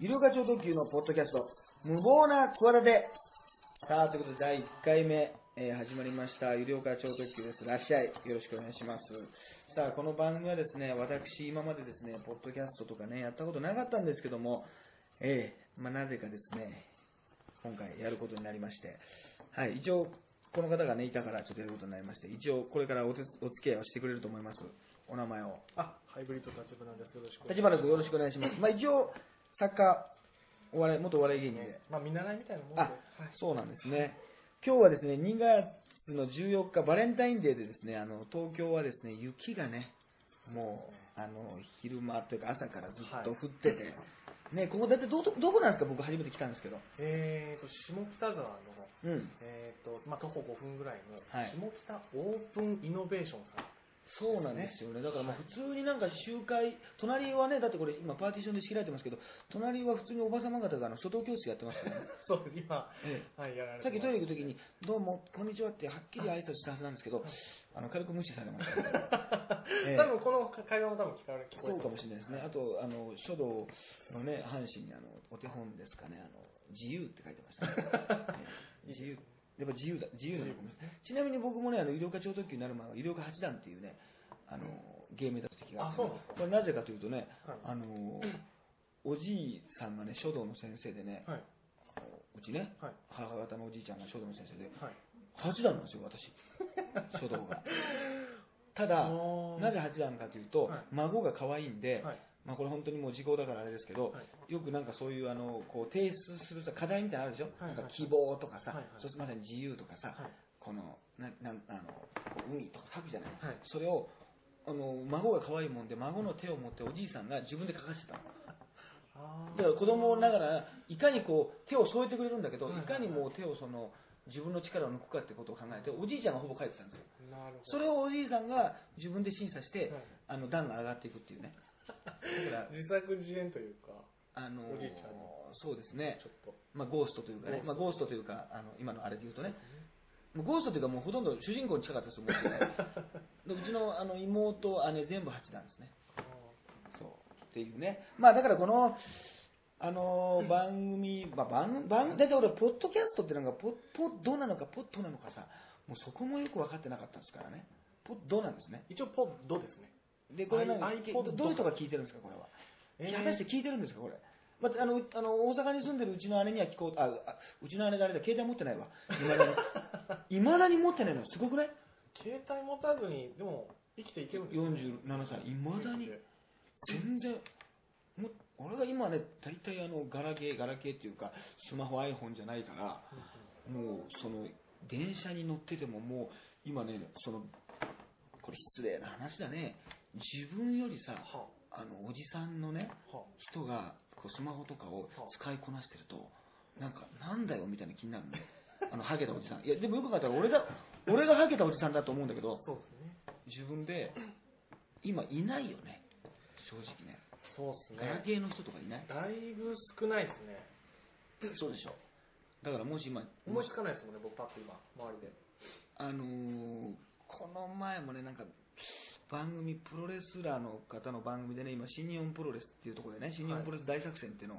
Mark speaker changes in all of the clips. Speaker 1: イルカ超特急のポッドキャスト、無謀な企て。さあ、ということで、第1回目、えー始まりました、イルカ超特急です。らっしゃい。よろしくお願いします。さあ、この番組はですね、私、今までですね、ポッドキャストとかね、やったことなかったんですけども、ええまあ、なぜかですね、今回やることになりまして、はい、一応、この方がね、いたからちょっとやることになりまして、一応、これからお手お付き合いをしてくれると思います。お名前を。
Speaker 2: あ、ハイブリッド立花です。よろしくお願いします。
Speaker 1: 立花君よろしくお願いします。まあ一応、作家、お笑い、元お笑い芸人で。
Speaker 2: まあ見習いみたいなもんで。
Speaker 1: あ、そうなんですね。今日はですね、2月の14日、バレンタインデーでですね、あの、東京はですね、雪がね、もう、あの、昼間というか朝からずっと降ってて、ね、ここだってど、どこなんですか僕初めて来たんですけど。
Speaker 2: えーと、下北沢の、
Speaker 1: うん。
Speaker 2: えーと、まあ徒歩5分ぐらいの、
Speaker 1: はい
Speaker 2: 下北オープンイノベーションさん。
Speaker 1: そうなんですよね。だからまあ普通になんか集会、隣はね、だってこれ今パーティションで仕切られてますけど、隣は普通におばさま方があの書道教室やってますからね。
Speaker 2: そうです、今、
Speaker 1: ええ
Speaker 2: はい、やられて
Speaker 1: さっきトイレ行くとき
Speaker 2: に。
Speaker 1: に、どうも、こんにちはってはっきり挨拶したはずなんですけど、あの軽く無視されました、ね ええ
Speaker 2: 多分この会話も多分聞かれ聞こえ
Speaker 1: そうかもしれないですね、あと、あの書道のね、阪神にあのお手本ですかねあの、自由って書いてましたね、 ええ自由、やっぱ自由だ、自由なのかもしれないちなみに僕もね、あの医療科超特急になる前は、医療科八段っていうね、あの芸名だった時がって
Speaker 2: あそうなんですか
Speaker 1: これなぜかというとね、
Speaker 2: はい
Speaker 1: あのおじいさんがね、書道の先生でね、
Speaker 2: はい、
Speaker 1: あのうちね、
Speaker 2: はい
Speaker 1: 母方のおじいちゃんが書道の先生で、
Speaker 2: はい。
Speaker 1: 八段なんですよ 私書道がただ
Speaker 2: おー
Speaker 1: なぜ八段かというと、
Speaker 2: はい
Speaker 1: 孫が可愛いんで、
Speaker 2: はい
Speaker 1: まあ、これ本当にもう時効だからあれですけど、
Speaker 2: は
Speaker 1: よくなんかそういうあのこう提出するさ課題みたいなのあるでしょ、
Speaker 2: はいはい
Speaker 1: なんか希望とかさ、
Speaker 2: はいはい
Speaker 1: そしてまさに自由とかさ、
Speaker 2: はい
Speaker 1: このななんあのこう海とか書くじゃない、
Speaker 2: はい
Speaker 1: それをあの孫が可愛いもんで孫の手を持っておじいさんが自分で書かせてたの
Speaker 2: あー
Speaker 1: だから子供ながらいかにこう手を添えてくれるんだけど
Speaker 2: はいいはいはい
Speaker 1: かにもう手をその自分の力を抜くかってことを考えておじいちゃんがほぼ書いてたんですよ
Speaker 2: なるほど。
Speaker 1: それをおじいさんが自分で審査して
Speaker 2: はい
Speaker 1: あの段が上がっていくっていうねだから
Speaker 2: 自作自演というか、
Speaker 1: あのー
Speaker 2: おじいちゃんに
Speaker 1: そうですね
Speaker 2: ちょっと。
Speaker 1: まあゴーストというかね
Speaker 2: ゴースト
Speaker 1: まあゴーストというかあの今のあれで言うとねもうゴーストというかもうほとんど主人公に近かったですよもうちょいね でうちのあの妹姉全部八段ですね
Speaker 2: あー
Speaker 1: そうっていうね、まあだからこの、あのー番組、まあ、番番大体俺、ポッドキャストってなんかポ、ポッドなのか、ポッドなのかさ、もうそこもよく分かってなかったですからね、ポッドなんですね。
Speaker 2: 一応、ポッドですね。
Speaker 1: で、これなんか、
Speaker 2: アイ
Speaker 1: け
Speaker 2: ポッ
Speaker 1: ど
Speaker 2: ド
Speaker 1: どういう人が聞いてるんですか、これは。
Speaker 2: えー
Speaker 1: 果たして聞いてるんですか、これ。まあ、あのあの大阪に住んでるうちの姉には聞こうああうちの姉があれだ携帯持ってないわいまだに持ってないのすごくない
Speaker 2: 携帯持たずに、でも、生きていけるんですね
Speaker 1: 47歳いまだに全然もう俺が今ね大体あのガラケーガラケーっていうかスマホ iPhone じゃないからもうその電車に乗っててももう今ねそのこれ失礼な話だね自分よりさ
Speaker 2: は
Speaker 1: あのおじさんのね
Speaker 2: あ、は
Speaker 1: 人がこうスマホとかを使いこなしてるとなんかなんだよみたいな気になるのねあのハゲたおじさんいやでもよく考えたら俺だ俺がハゲたおじさんだと思うんだけど
Speaker 2: あ、そうですね。
Speaker 1: 自分で今いないよね正直ね
Speaker 2: そうです
Speaker 1: ガラ
Speaker 2: ね。
Speaker 1: ケーの人とかいない
Speaker 2: だいぶ少ないですね。
Speaker 1: そうでしょだからもし今
Speaker 2: 思いつかないですもんね、僕パッと今、周りで。
Speaker 1: あのーこの前もねなんか番組プロレスラーの方の番組でね今新日本プロレスっていうところでね新日本プロレス大作戦っていうのを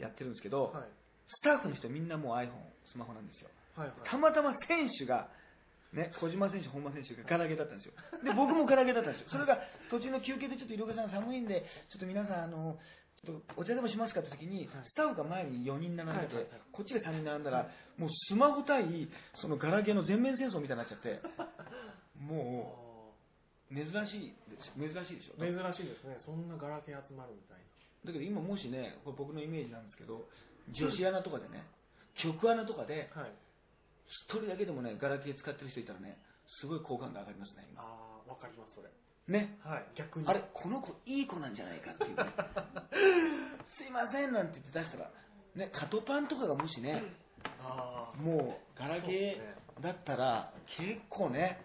Speaker 1: やってるんですけど、
Speaker 2: はい。
Speaker 1: スタッフの人みんなもう iPhone スマホなんですよ
Speaker 2: はい
Speaker 1: たまたま選手がね、小島選手、本間選手がガラケーだったんですよ、で僕もガラケーだったんですよ、それが途中の休憩でちょっと、井岡さん、寒いんで、ちょっと皆さん、あのちょっとお茶でもしますかって時に、スタッフが前に4人並んでて、
Speaker 2: はいはいはい
Speaker 1: こっちが3人並んだら、もうスマホ対そのガラケーの全面戦争みたいになっちゃって、もう珍しいです、珍しいでしょ、
Speaker 2: 珍しいですね。そんなガラケー集まるみたい
Speaker 1: だけど今、もしね、これ僕のイメージなんですけど、女子アナとかでね、局アナとかで、
Speaker 2: な。はい。
Speaker 1: 1人だけでもね、ガラケー使ってる人いたらね、すごい好感度上がりますね、今。
Speaker 2: ああ、わかります、それ。
Speaker 1: ね
Speaker 2: はい。逆に。
Speaker 1: あれ、この子いい子なんじゃないかっていうね、 すいませんなんて言って出したら、ね、カトパンとかがもしね、
Speaker 2: ああ。
Speaker 1: もうガラ
Speaker 2: そうで
Speaker 1: ケー
Speaker 2: すね
Speaker 1: だったら、結構ね、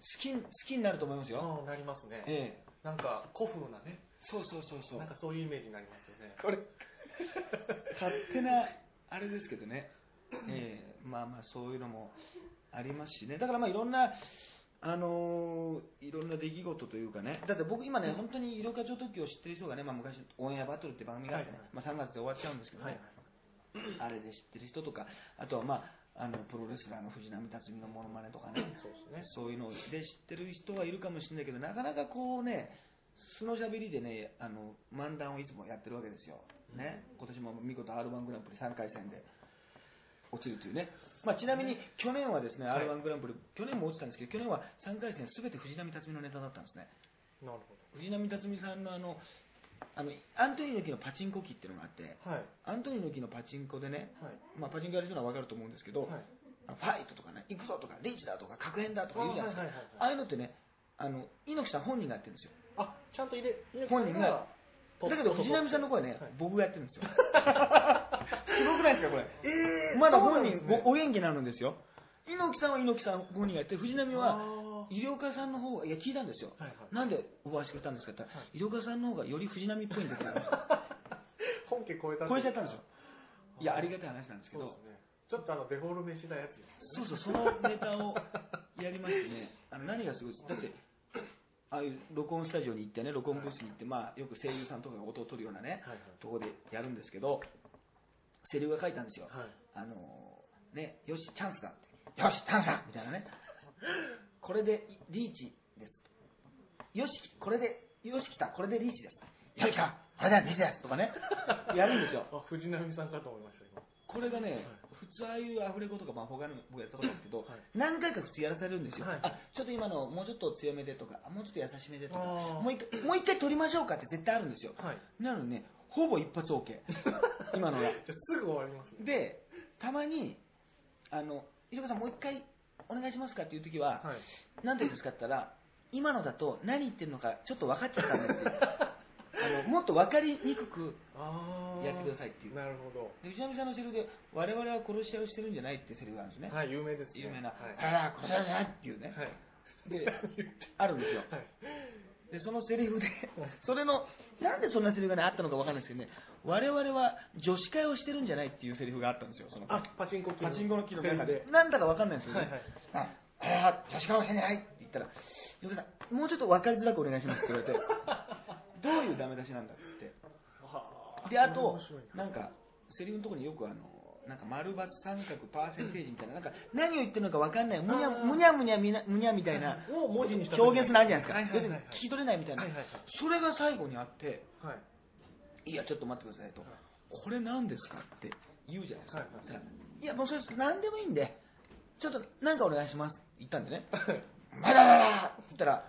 Speaker 1: 好き好きになると思いますよ、
Speaker 2: うんなりますね。
Speaker 1: ええ、
Speaker 2: なんか、古風なね。
Speaker 1: そうそうそうそう
Speaker 2: なん、かそういうイメージになりますよね。
Speaker 1: これ、勝手なあれですけ どね、ええ、まあまあ、そういうのもありますしね、だからまあいろんなあのーいろんな出来事というかね、だって僕今ね、本当に医療課長特許を知ってる人がね、まあ、昔、オンエアバトルって番組があってね、
Speaker 2: はい
Speaker 1: まあ、3月で終わっちゃうんですけどね、
Speaker 2: はい
Speaker 1: あれで知ってる人とか、あとはまあ、あのプロレスラーの藤波辰巳のモノマネとかね、
Speaker 2: そうですね。
Speaker 1: そういうので知ってる人はいるかもしれないけど、なかなかこうね、素のしゃべりでね、あの漫談をいつもやってるわけですよ。ね、今年も見事 R1 グランプリ3回戦で落ちるというね。まあ、ちなみに去年はですね、
Speaker 2: はい
Speaker 1: R1 グランプリ、去年も落ちたんですけど、去年は3回戦すべて藤波辰巳のネタだったんですね。
Speaker 2: なる
Speaker 1: 藤波辰巳さんのあの、あの、アントニー猪木のパチンコ機っていうのがあって、
Speaker 2: ほど。はい。
Speaker 1: アントニー猪木のパチンコでね、
Speaker 2: はい。
Speaker 1: まあ、パチンコやる人はわかると思うんですけど、
Speaker 2: はい。
Speaker 1: あのファイトとかね、行くぞとか、リーチだとか、格変だとか言うじゃないですか。
Speaker 2: はいはいはい
Speaker 1: あ
Speaker 2: は
Speaker 1: あ
Speaker 2: い
Speaker 1: いうのってね、あの猪木さん本人がやってるんですよ。
Speaker 2: あ、ちゃんと入れ、入れ
Speaker 1: 本人がだけど藤波さんの声ね、
Speaker 2: はい
Speaker 1: 僕がやってるんですよ。すごくないですか、これ。
Speaker 2: え
Speaker 1: まだ本
Speaker 2: そう
Speaker 1: 人
Speaker 2: なんですね、
Speaker 1: おお元気になるんですよ。猪木さんは猪木さん本人がやって、藤波は
Speaker 2: は
Speaker 1: 医療家さんの方が、いや、聞いたんですよ。
Speaker 2: はいはい
Speaker 1: なんでオファーしてくれたんですかって言ったら、
Speaker 2: は
Speaker 1: 医療家さんの方がより藤波っぽいんだけど、
Speaker 2: 本家超えた
Speaker 1: 超えちゃったんですよ。いや、あり
Speaker 2: が
Speaker 1: がたい話なんですけ
Speaker 2: そう
Speaker 1: ど、
Speaker 2: ですね。ちょっとあの、デフォルメしたやつです
Speaker 1: そうそう、そのネタをやりましてね、あの何がすごいですだって、ああいう録音スタジオに行ってね、録音ブースに行って、まあ、よく声優さんとかが音を取るようなね、
Speaker 2: はい
Speaker 1: ところでやるんですけど、セリフが書いたんですよ。
Speaker 2: はい。はい。
Speaker 1: あのーね、よし、チャンスだって。よし、チャンスだみたいなね。これでリーチです。よし、これで、よし来た、これでリーチです。よし来た、これでリーチです。とかね、やるんですよ。
Speaker 2: あ、藤波さんかと思いました、今。
Speaker 1: これがね、普通ああいうアフレコとか、まあ、他の僕やったことあるんですけど、
Speaker 2: はい
Speaker 1: 何回か普通やらされるんですよ、
Speaker 2: はい
Speaker 1: あちょっと今のもうちょっと強めでとかあもうちょっと優しめでとか
Speaker 2: あー
Speaker 1: もう一回もう一回撮りましょうかって絶対あるんですよ
Speaker 2: はい。
Speaker 1: なのでねほぼ一発 OK 今のが
Speaker 2: じゃあすぐ終わりますね。
Speaker 1: でたまにあの伊藤さんもう一回お願いしますかっていう時は、
Speaker 2: はい。
Speaker 1: なんでですかって言ったら今のだと何言ってるのかちょっと分かっちゃったんだっていうあのもっと分かりにくく
Speaker 2: あー
Speaker 1: やってくださいっていう
Speaker 2: なるほど。
Speaker 1: で内波さんのセリフで我々は殺し合いをしてるんじゃないってセリフがあるんですね、
Speaker 2: はい、有名ですね。
Speaker 1: 有名な、
Speaker 2: はい。
Speaker 1: あら、これだなっていうね、
Speaker 2: はい。
Speaker 1: で、あるんですよ。
Speaker 2: はい。
Speaker 1: で、そのセリフで、それの、なんでそんなセリフが、ね、あったのかわかんないですけどね、我々は女子会をしてるんじゃないっていうセリフがあったんですよ、その、
Speaker 2: あ、パチンコ機
Speaker 1: パチンコの木の中で
Speaker 2: で。。
Speaker 1: なんだかわかんないんですけど
Speaker 2: はい
Speaker 1: ね、
Speaker 2: はい。
Speaker 1: ああら、女子会をしてないって言ったら、よくさん、もうちょっと分かりづらくお願いしますって言 われて、どういうダメ出しなんだって言って。であと
Speaker 2: 面白い
Speaker 1: なんかセリフのところによくあのなんか丸バツ三角パーセンテージみたいななんか何を言ってるのかわかんないむにゃ
Speaker 2: あー
Speaker 1: むにゃむにゃみなむにゃみたいな
Speaker 2: な。を文字にした
Speaker 1: 表現するのあるじゃないですか、
Speaker 2: はいはいはいはい
Speaker 1: 要するに聞き取れないみたいな、
Speaker 2: はいはいはい
Speaker 1: それが最後にあって
Speaker 2: はい。
Speaker 1: いやちょっと待ってくださいと、
Speaker 2: はい
Speaker 1: これ何ですかって言うじゃないですか、
Speaker 2: はいはい
Speaker 1: そしたらいやもうそれ何でもいいんでちょっと何かお願いしますって言ったんで ねまだだだって言ったら、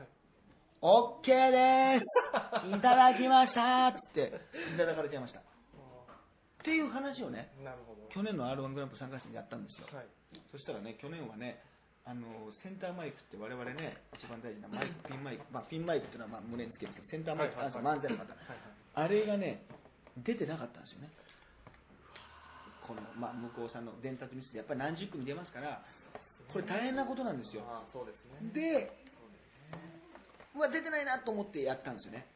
Speaker 1: オッケーですいただきましたっつっていただかれちゃいましたっていう話をね
Speaker 2: なるほど。
Speaker 1: 去年の r 1グランプリ参加してやったんですよ、
Speaker 2: はい。
Speaker 1: そしたらね去年はねあのセンターマイクって我々ね一番大事なマイクピンマイク、まあ、ピンマイクっていうのはまあ胸につけるんですけどセンターマイクってあるんですよ
Speaker 2: はい
Speaker 1: 漫才の方、
Speaker 2: はい
Speaker 1: あれがね出てなかったんですよねこの、まあ、向こうさんの伝達ミスでやっぱり何十組出ますからこれ大変なことなんですよ
Speaker 2: ああ、そうですね。
Speaker 1: で、うわ、出てないなと思ってやったんですよね。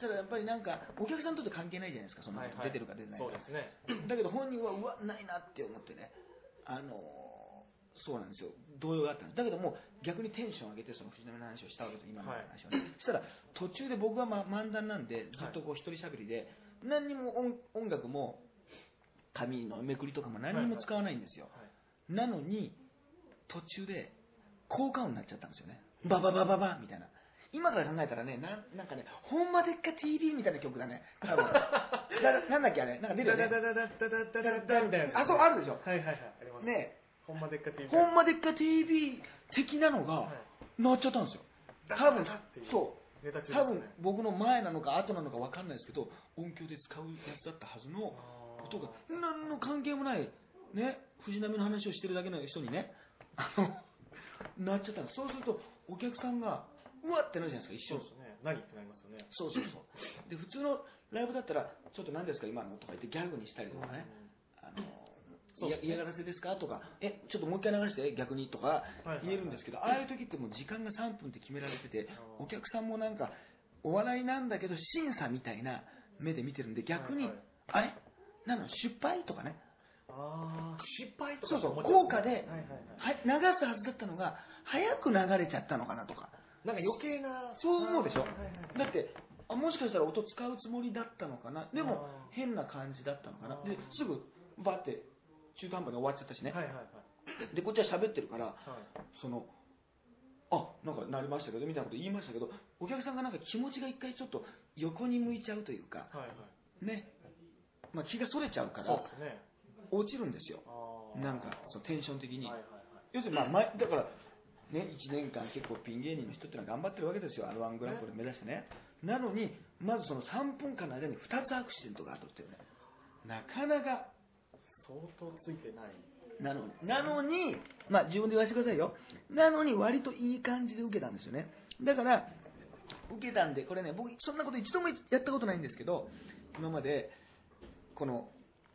Speaker 1: ただやっぱりなんか、お客さんにとって関係ないじゃないですか、その、
Speaker 2: はいはい
Speaker 1: 出てるか出てないか。
Speaker 2: そうですね。
Speaker 1: だけど本人は、うわ、ないなって思ってね、あのーそうなんですよ、動揺があったんです。だけどもう、逆にテンション上げて、その藤波の話をしたわけです、今の
Speaker 2: はい
Speaker 1: 話をね。そしたら、途中で僕は、ま、漫談なんで、ずっとこう、一人喋りで、何にも音音楽も、紙のめくりとかも何にも使わないんですよ。
Speaker 2: はい。
Speaker 1: なのに、途中で効果音になっちゃったんですよね。バババババみたいな。今から考えたらね、なんなんかね、ほんまでっか TV みたいな曲だね。多 分ななんだっけあれなんか出るよね。
Speaker 2: だだだだだみたいな。
Speaker 1: あ、そう、あるでしょ。
Speaker 2: はいはいはい、あります。
Speaker 1: ね
Speaker 2: ほんまでっか TV。
Speaker 1: ほんまでっか TV 的なのが
Speaker 2: は、
Speaker 1: なっちゃったんですよ。
Speaker 2: い
Speaker 1: 多分
Speaker 2: だってい、
Speaker 1: そう。
Speaker 2: ネタ中です
Speaker 1: 多
Speaker 2: ね。
Speaker 1: 分僕の前なのか後なのか分かんないですけど音響で使うやつだったはずの
Speaker 2: あー
Speaker 1: 音が何の関係もない、ね、藤波の話をしてるだけの人にねあのなっちゃったんですそうするとお客さんがうわってなるじゃないですか
Speaker 2: そう
Speaker 1: 一瞬
Speaker 2: ですね。何ってなりますよね。
Speaker 1: そうそうそうで普通のライブだったらちょっと何ですか今のとか言ってギャグにしたりとかね、あの
Speaker 2: そう
Speaker 1: いや嫌がらせですかとか、え、ちょっともう一回流して逆にとか
Speaker 2: はいはい
Speaker 1: 言えるんですけど、ああいう時ってもう時間が3分って決められてて
Speaker 2: あ、ー
Speaker 1: お客さんもなんか、お笑いなんだけど審査みたいな目で見てるんで、逆に、
Speaker 2: はいはい
Speaker 1: あれなの失敗とかね、
Speaker 2: ああ、失敗とか
Speaker 1: そうそう
Speaker 2: 思っちゃ
Speaker 1: 効果で
Speaker 2: はいはいはい。
Speaker 1: は流すはずだったのが早く流れちゃったのかなとか
Speaker 2: なんか余計な。
Speaker 1: そう思うでしょ
Speaker 2: はいはい
Speaker 1: だ
Speaker 2: はい
Speaker 1: ってあもしかしたら音使うつもりだったのかなでも
Speaker 2: あー
Speaker 1: 変な感じだったのかな
Speaker 2: あー
Speaker 1: ですぐバッて中途半端に終わっちゃったしね、
Speaker 2: はいはいはい。
Speaker 1: でこっちは喋ってるから
Speaker 2: はい
Speaker 1: そのあなんかなりましたけどみたいなこと言いましたけどお客さんがなんか気持ちが一回ちょっと横に向いちゃうというか
Speaker 2: はいはい。
Speaker 1: ね、まあ、気がそれちゃうか
Speaker 2: そう
Speaker 1: ら
Speaker 2: ですね。
Speaker 1: 落ちるんですよ
Speaker 2: あー
Speaker 1: なんかそのテンション的に、
Speaker 2: はいはい
Speaker 1: 要するにまあ前だからね1年間結構ピン芸人の人ってのは頑張ってるわけですよ R−1 グランプリ目指してねなのにまずその3分間の間に2つアクシデントがあったっていうねなかなか
Speaker 2: 相当ついてない。
Speaker 1: なのになのにまあ自分で言わせてくださいよなのに割といい感じで受けたんですよねだから受けたんでこれね僕そんなこと一度もやったことないんですけど今までこの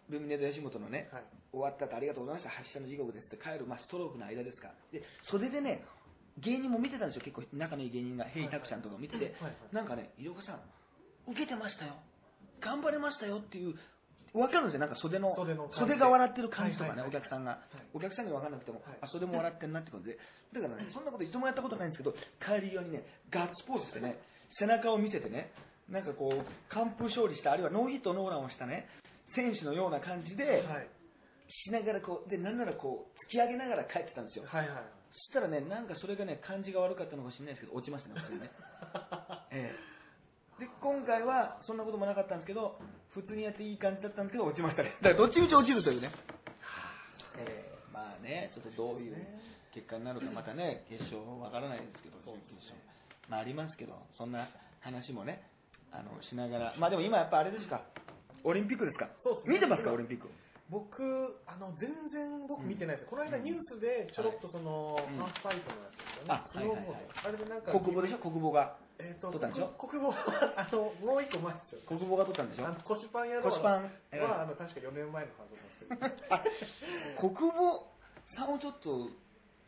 Speaker 1: ルミネート吉本のね
Speaker 2: はい。
Speaker 1: 終わったとありがとうございました発車の時刻ですって帰る、まあ、ストロークの間ですかでそれでね芸人も見てたんですよ結構仲のいい芸人がヘイタクちゃんとか見てて、
Speaker 2: はいはい
Speaker 1: なんかね「井岡さん受けてましたよ頑張れましたよ」っていう分かるんですよなんか袖の
Speaker 2: 袖の感じで
Speaker 1: が笑ってる感じとかね、
Speaker 2: はいはいは
Speaker 1: お
Speaker 2: い
Speaker 1: 客さんが、お客さんに分からなくても、
Speaker 2: はい
Speaker 1: あ袖も笑ってんなってことでだからねそんなこと一度もやったことないんですけど帰り際にねガッツポーズしてね背中を見せてねなんかこう完封勝利したあるいはノーヒットノーランをしたね選手のような感じで、
Speaker 2: はい
Speaker 1: しながらこうでなんならこう突き上げながら帰ってたんですよ
Speaker 2: はいはいはい。
Speaker 1: そしたらねなんかそれがね感じが悪かったのかもしれないですけど落ちましたね僕ね、 ええで今回はそんなこともなかったんですけど普通にやっていい感じだったんですけど落ちましたねだからどっちみち落ちるというねええまあねちょっとどういう結果になるかまたね決勝わからないですけど準決勝まあありますけどそんな話もねあのしながらまあでも今やっぱあれですかオリンピックですか
Speaker 2: そうっすね
Speaker 1: 見てますかオリンピック
Speaker 2: 僕、あの、全然僕
Speaker 1: うん
Speaker 2: 見てないですよ。この間ニュースでちょろっとその、
Speaker 1: うん
Speaker 2: ハーフパイプのや
Speaker 1: あ
Speaker 2: つですよね。スノーボード
Speaker 1: はいはいはい
Speaker 2: あれでなんか、
Speaker 1: 国母でしょ国母が
Speaker 2: えっと、
Speaker 1: 撮ったんでしょ
Speaker 2: 国国語あの、もう一個前ですよ。
Speaker 1: 国母が取ったんでしょ
Speaker 2: あの、腰パンやろう
Speaker 1: 腰パンええ
Speaker 2: は、あの、確か4年前のはずなんですけど。
Speaker 1: 国母さんをちょっと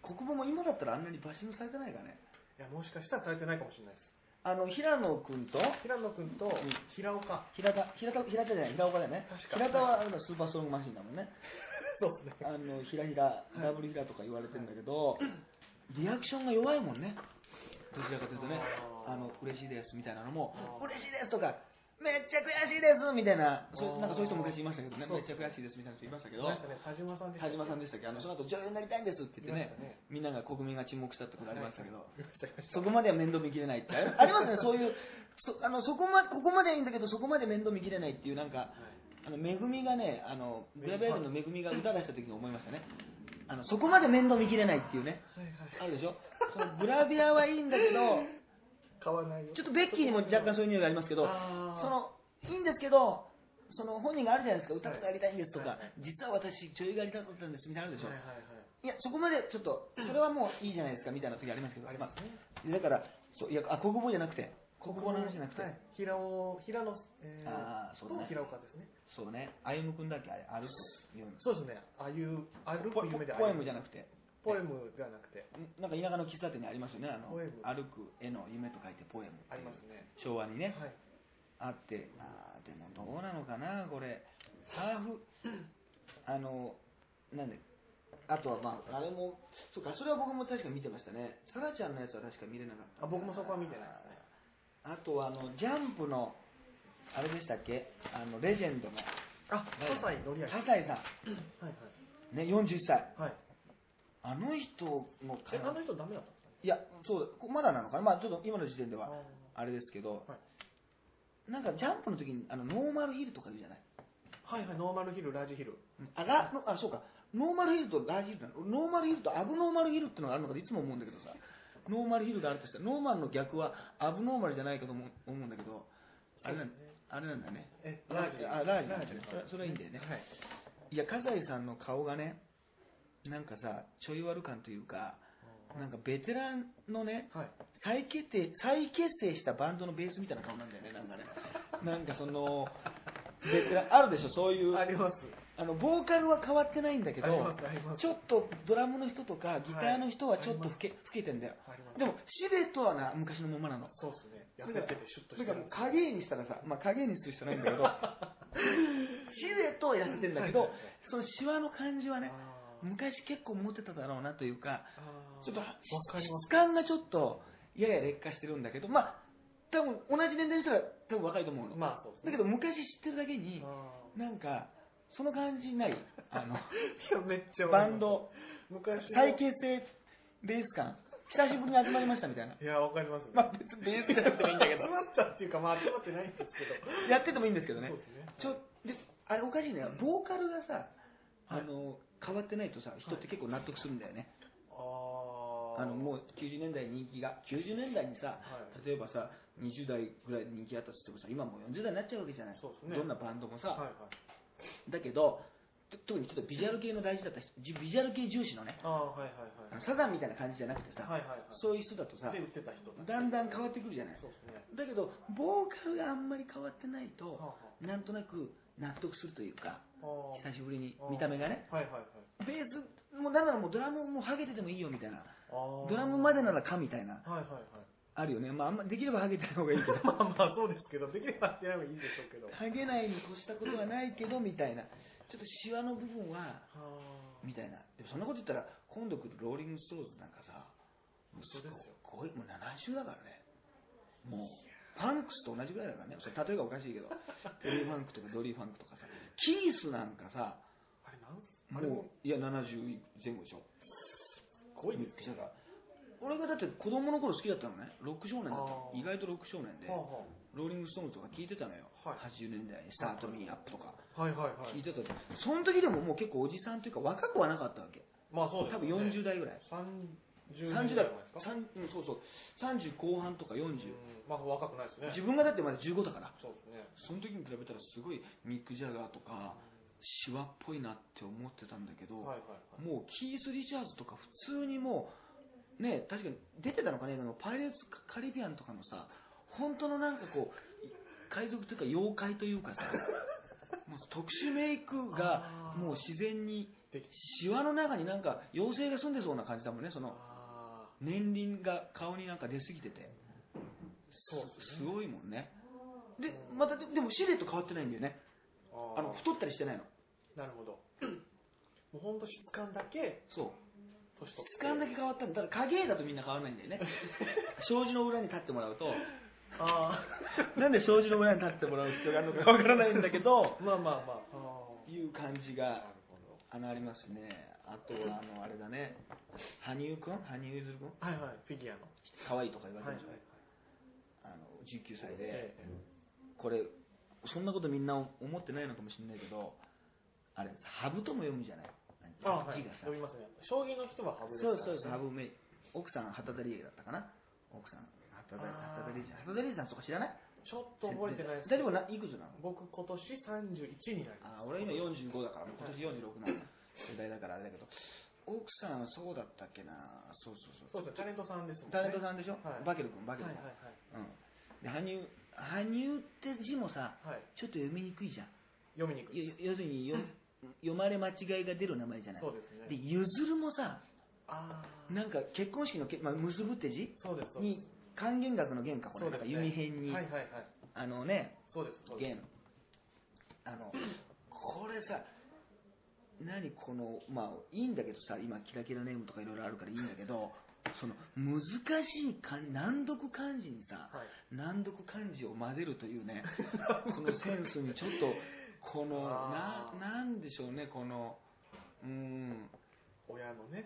Speaker 1: 国母も今だったらあんなにバッシングされてないかね
Speaker 2: いや、もしかしたらされてないかもしれないです。
Speaker 1: あの平野君と
Speaker 2: 平野君と
Speaker 1: ん
Speaker 2: 平岡。
Speaker 1: 平田平田平田じゃない平岡だよね
Speaker 2: 確か
Speaker 1: 平田はあれだスーパーストロングマシンだもんね
Speaker 2: そうですね。
Speaker 1: あのひらひらダブルひらとか言われてるんだけどリアクションが弱いもんねどちらかというとね
Speaker 2: あー
Speaker 1: あの嬉しいですみたいなのも
Speaker 2: あー
Speaker 1: 嬉しいですとかめっちゃ悔しいですみたいなそ
Speaker 2: あ
Speaker 1: う
Speaker 2: ー
Speaker 1: なんかそういう人昔いましたけどね
Speaker 2: そう
Speaker 1: めっちゃ悔しいですみたいな人いましたけ
Speaker 2: い
Speaker 1: ど
Speaker 2: ましたね。田島さんでした
Speaker 1: 田島さんでしたっけあのその後女優になりたいんですって言って
Speaker 2: いましたね
Speaker 1: みんなが国民が沈黙したってことありましたけど、
Speaker 2: いましたいました
Speaker 1: そこまでは面倒見きれない ってありありますね、そういう、そあのそこまここまではいいんだけど、そこまで面倒見きれないっていう、なんか、あのめぐみがね、あのブラベルのめぐみが歌出した時に思いましたね、あのそこまで面倒見きれないっていうね、
Speaker 2: はいはい。
Speaker 1: あるでしょ、そのブラビアはいいんだけど、
Speaker 2: 買わないよ。
Speaker 1: ちょっとベッキーにも若干そういう匂いがありますけど、
Speaker 2: あー
Speaker 1: そのいいんですけど、その本人があるじゃないですか、歌とかやりたいんですと
Speaker 2: は
Speaker 1: か
Speaker 2: いはい、
Speaker 1: 実は私、女優がやりたかったんですみたいなのあるでしょ
Speaker 2: はい。はいは
Speaker 1: い
Speaker 2: い。
Speaker 1: や、そこまでちょっと、それはもういいじゃないですかみたいな時ありますけど、
Speaker 2: ありますね。
Speaker 1: だから、そういやあ国語じゃなくて、国語の話じゃなくて、
Speaker 2: はい平尾、平野、えー
Speaker 1: あーそうだね
Speaker 2: と平岡ですね。
Speaker 1: そうね、歩夢君だっけ、あれ、歩くように。
Speaker 2: そうですね。あいう、歩
Speaker 1: ポ
Speaker 2: く夢で
Speaker 1: ポエムじゃ
Speaker 2: な
Speaker 1: なくて、
Speaker 2: ポエムではなくて、
Speaker 1: んなんか田舎の喫茶店にありますよね、あの
Speaker 2: ポエム
Speaker 1: 歩く絵の夢と書いてポエムっていう
Speaker 2: ありますね。
Speaker 1: 昭和にね、
Speaker 2: はい。
Speaker 1: あって、あーでもどうなのかな、これ、ハーフ、あの、なんで、あとはまあ、あれも、そうか、それは僕も確か見てましたね、さらちゃんのやつは確か見れなかった。
Speaker 2: あ僕もそこは見てないですね。
Speaker 1: あとはあのジャンプのあれでしたっけあのレジェンドの
Speaker 2: あ、葛西紀明。はい
Speaker 1: 葛西さ
Speaker 2: はい。
Speaker 1: ん、ね、41歳
Speaker 2: はい。
Speaker 1: あの人のか
Speaker 2: え、あの人ダメだったんですか
Speaker 1: いやそうこまだなのかな、まあ、ちょっと今の時点では
Speaker 2: あ
Speaker 1: あれですけど、
Speaker 2: は
Speaker 1: なんかジャンプの時にあのノーマルヒルとか言うじゃない
Speaker 2: はいはい、ノーマルヒル、ラージヒル。
Speaker 1: あラのあそうかノーマルヒルとラージヒルなのノーマルヒルとアブノーマルヒルってのがあるのかといつも思うんだけどさノーマルヒルがあるとしたらノーマルの逆はアブノーマルじゃないかと思う思うんだけどあれなん
Speaker 2: そうですね
Speaker 1: あれなんだよね
Speaker 2: え、
Speaker 1: あラージあラージ
Speaker 2: ラージ
Speaker 1: それそれはいいんだよね
Speaker 2: はい。
Speaker 1: いや、葛西さんの顔がね、なんかさ、ちょい悪感というか、なんかベテランのね、
Speaker 2: はい。
Speaker 1: 再結成再結成したバンドのベースみたいな顔なんだよね、なんかね。なんかその、ベテラン、あるでしょ、そういう、
Speaker 2: あります。
Speaker 1: あのボーカルは変わってないんだけど
Speaker 2: ありますあります
Speaker 1: ちょっとドラムの人とかギターの人はちょっと老け,、老けてんだよ
Speaker 2: あります
Speaker 1: でもシルエットはな昔のままなの
Speaker 2: そうっすね痩せててシュッとして
Speaker 1: だからもう影絵にしたらさ、まあ、影絵にする人ないんだけ どシルエットはやってんだけど
Speaker 2: はいはいはい
Speaker 1: そのシワの感じはね
Speaker 2: あー
Speaker 1: 昔結構持ってただろうなというか
Speaker 2: あー
Speaker 1: ちょっと
Speaker 2: わかります
Speaker 1: 質感がちょっとやや劣化してるんだけどまあ多分同じ年代の人は多分若いと思うの、
Speaker 2: まあそうっす
Speaker 1: だ
Speaker 2: ね
Speaker 1: けど昔知ってるだけに
Speaker 2: あ
Speaker 1: なんかその感じ ないあの
Speaker 2: ーいやめっちゃわか
Speaker 1: バ
Speaker 2: りま
Speaker 1: ン
Speaker 2: す
Speaker 1: ド
Speaker 2: 昔の
Speaker 1: 再結成ベース感久しぶりに集まりましたみたいな
Speaker 2: いやわかりますね
Speaker 1: まあ別にベースじゃなくてもいいんだけど
Speaker 2: 集まったっていうかまあ集まってないんですけど
Speaker 1: やっててもいいんですけどね
Speaker 2: そうですね
Speaker 1: ちょであれおかしいねボーカルがさあの変わってないとさ人っ
Speaker 2: は
Speaker 1: て
Speaker 2: い
Speaker 1: 結構納得するんだよね、
Speaker 2: あー
Speaker 1: あのもう90年代に人気が90年代にさ
Speaker 2: はい
Speaker 1: 例えばさ20代ぐらいで人気あったとしてもさ今もう40代になっちゃうわけじゃない
Speaker 2: そうですね
Speaker 1: どんなバンドもさ、
Speaker 2: はいはい
Speaker 1: だけどと特にちょっとビジュアル系の大事だった人じビジュアル系重視のね
Speaker 2: ああはいはい
Speaker 1: あ
Speaker 2: は
Speaker 1: の
Speaker 2: い
Speaker 1: サザンみたいな感じじゃなくてさ、
Speaker 2: はいはいはい
Speaker 1: そういう人だとさ
Speaker 2: で売ってた人たち
Speaker 1: だんだん変わってくるじゃない
Speaker 2: そうですね
Speaker 1: だけどボーカルがあんまり変わってないと、
Speaker 2: はあは
Speaker 1: なんとなく納得するというか
Speaker 2: あー
Speaker 1: 久しぶりに
Speaker 2: あー
Speaker 1: 見た目がね
Speaker 2: はいはいはい
Speaker 1: ベースもうなんならもうドラムもハゲててもいいよみたいな
Speaker 2: あー
Speaker 1: ドラムまでならかみたいな
Speaker 2: はいはいはい
Speaker 1: あるよねまああんまできればハゲてない方がいいけど
Speaker 2: まあまあそうですけどできればやればいいでしょうけど
Speaker 1: ハゲないに越したことはないけどみたいなちょっとシワの部分は
Speaker 2: あ
Speaker 1: みたいなでもそんなこと言ったら今度来るローリング・ストーンズなんかさも
Speaker 2: そうですよ
Speaker 1: ごいもう7週だからねもうパンクスと同じぐらいだからねそれ例えがおかしいけ どドリーファンクとかドリーファンクとかさキースなんかさ
Speaker 2: あれなんすあれ
Speaker 1: も
Speaker 2: も
Speaker 1: ういや70前後でしょ
Speaker 2: すごいですよね
Speaker 1: だから俺がだって子供の頃好きだったのねロック少年だったの
Speaker 2: あー
Speaker 1: 意外とロック少年で、
Speaker 2: はあは
Speaker 1: ローリング・ストーンズとか聞いてたのよ、
Speaker 2: はい
Speaker 1: 80年代にスタート・ミー・アップとか
Speaker 2: あはいはいは
Speaker 1: 聞い
Speaker 2: い
Speaker 1: てた、その時でももう結構おじさんというか若くはなかったわけ
Speaker 2: まあそうです
Speaker 1: 多
Speaker 2: よ
Speaker 1: 分
Speaker 2: ね
Speaker 1: 40代ぐらい30代
Speaker 2: 30年代前ですか
Speaker 1: 三うんそうそう30後半とか40、
Speaker 2: うんまあ若くないですね
Speaker 1: 自分がだってまだ15だから
Speaker 2: そうですね
Speaker 1: その時に比べたらすごいミック・ジャガーとかシワっぽいなって思ってたんだけど、
Speaker 2: はいはいはい
Speaker 1: もうキース・リチャーズとか普通にもうね確かに出てたのかねあのパイレーツ・カリビアンとかのさ本当のなんかこう海賊というか妖怪というか さもう特殊メイクが
Speaker 2: あー
Speaker 1: もう自然に
Speaker 2: でき
Speaker 1: シワの中になんか妖精が住んでそうな感じだもんねその
Speaker 2: あ
Speaker 1: 年輪が顔になんか出すぎてて
Speaker 2: ーそうですね
Speaker 1: すごいもんねでまたででもシルエット変わってないんだよね
Speaker 2: あー
Speaker 1: あの太ったりしてないの
Speaker 2: なるほど もうほんと質感だけ
Speaker 1: そう
Speaker 2: 年取って
Speaker 1: 質感だけ変わったんだだから影絵だとみんな変わらないんだよ ね障子の裏に立ってもらうと
Speaker 2: あ
Speaker 1: なんで障子の裏に立ってもらう必要があるのかわからないんだけど
Speaker 2: あまあまあまああ
Speaker 1: いう感じ
Speaker 2: ーな
Speaker 1: が
Speaker 2: るほど
Speaker 1: あのありますねあとはあのあれだね羽生くん羽生結弦くん
Speaker 2: はいはいフィギュアの
Speaker 1: 可愛いとか言わ
Speaker 2: はい
Speaker 1: れ
Speaker 2: は
Speaker 1: て
Speaker 2: い
Speaker 1: るでしょ、あの19歳で
Speaker 2: え
Speaker 1: これそんなことみんな思ってないのかもしれないけどあれハブとも読むじゃない
Speaker 2: えあは
Speaker 1: 字
Speaker 2: い
Speaker 1: がさ
Speaker 2: 呼びますね将棋の人は羽生ですか
Speaker 1: そう
Speaker 2: ら
Speaker 1: そうそう、ハブメイ。奥さん、旗田理恵だったかな。奥さん、旗田
Speaker 2: あー
Speaker 1: 旗田理恵さん。旗田理恵さんとか知らない
Speaker 2: ちょっと覚えてないです
Speaker 1: 大
Speaker 2: け
Speaker 1: 丈
Speaker 2: ど
Speaker 1: 夫な、いくつなの
Speaker 2: 僕今年31になります
Speaker 1: あー俺今45だから、もう今年46なの。世代だからあれだけど。奥さんはそうだったっけなそうそうそ。
Speaker 2: そううですねタレントさんですもんね
Speaker 1: タレントさんでしょ、
Speaker 2: はい
Speaker 1: バケル君、バケル
Speaker 2: はい
Speaker 1: 君。
Speaker 2: はい
Speaker 1: うん。で、羽生、羽生って字もさ、
Speaker 2: はいはい
Speaker 1: ちょっと読みにくいじゃん。
Speaker 2: 読みにくい
Speaker 1: よ要するに読、読まれ間違いが出る名前じゃない。
Speaker 2: そうですね
Speaker 1: で、ゆずるもさ、
Speaker 2: ああ
Speaker 1: なんか結婚式のけ、まあ、結ぶって字
Speaker 2: そうですそうです
Speaker 1: に還元額の元かこ
Speaker 2: そ
Speaker 1: れ
Speaker 2: う
Speaker 1: な
Speaker 2: で
Speaker 1: ん
Speaker 2: す
Speaker 1: か
Speaker 2: ね
Speaker 1: 弓編に、
Speaker 2: はいはいはい
Speaker 1: あのね
Speaker 2: そうですそうです
Speaker 1: 元あのこれさ何このまあいいんだけどさ今キラキラネームとかいろいろあるからいいんだけどその難しい漢難読漢字にさ
Speaker 2: はい
Speaker 1: 難読漢字を混ぜるという ねこのセンスにちょっとこのな
Speaker 2: あー
Speaker 1: なんでしょうねこのうん
Speaker 2: 親のね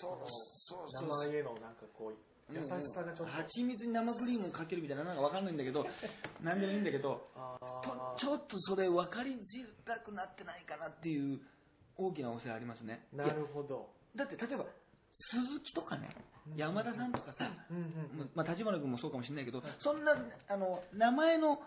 Speaker 1: そうそう
Speaker 2: 名
Speaker 1: そう
Speaker 2: 前へのなんかこう優しさがちょっと、
Speaker 1: 蜂蜜に生クリームをかけるみたいななんかわかんないんだ けどなんでもいいんだけどと
Speaker 2: あ
Speaker 1: ちょっとそれ分かりづらくなってないかなっていう大きなお世話ありますね
Speaker 2: ーない
Speaker 1: や
Speaker 2: るほど、
Speaker 1: だって例えば鈴木とかね
Speaker 2: うん
Speaker 1: 山田さんとかさ、
Speaker 2: うんうん
Speaker 1: まあ、立花君もそうかもしれないけどそんなあの名前の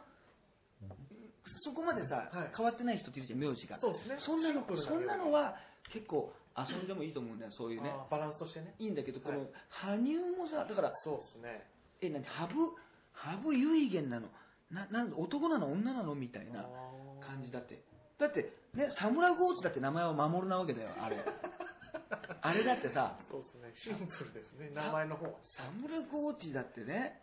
Speaker 1: そこまでさ、
Speaker 2: はい
Speaker 1: 変わってない人っているじゃん名字が
Speaker 2: そうですね
Speaker 1: そんなの
Speaker 2: シンプルな名字
Speaker 1: そんなのは結構遊んでもいいと思うんだよそういうね
Speaker 2: あーバランスとしてね
Speaker 1: いいんだけどこの、
Speaker 2: はい
Speaker 1: 羽生もさだから
Speaker 2: そうですね
Speaker 1: え、なんて、ハブ、ハブ遺言なの。な、なん男なの女なのみたいな
Speaker 2: あー
Speaker 1: 感じだって。だって、ね、サムラゴーチだって名前は守るなわけだよ、あ れ。あれだってさ、
Speaker 2: そうですね。シンプルですね。名前の方は。
Speaker 1: サムラゴーチだってね、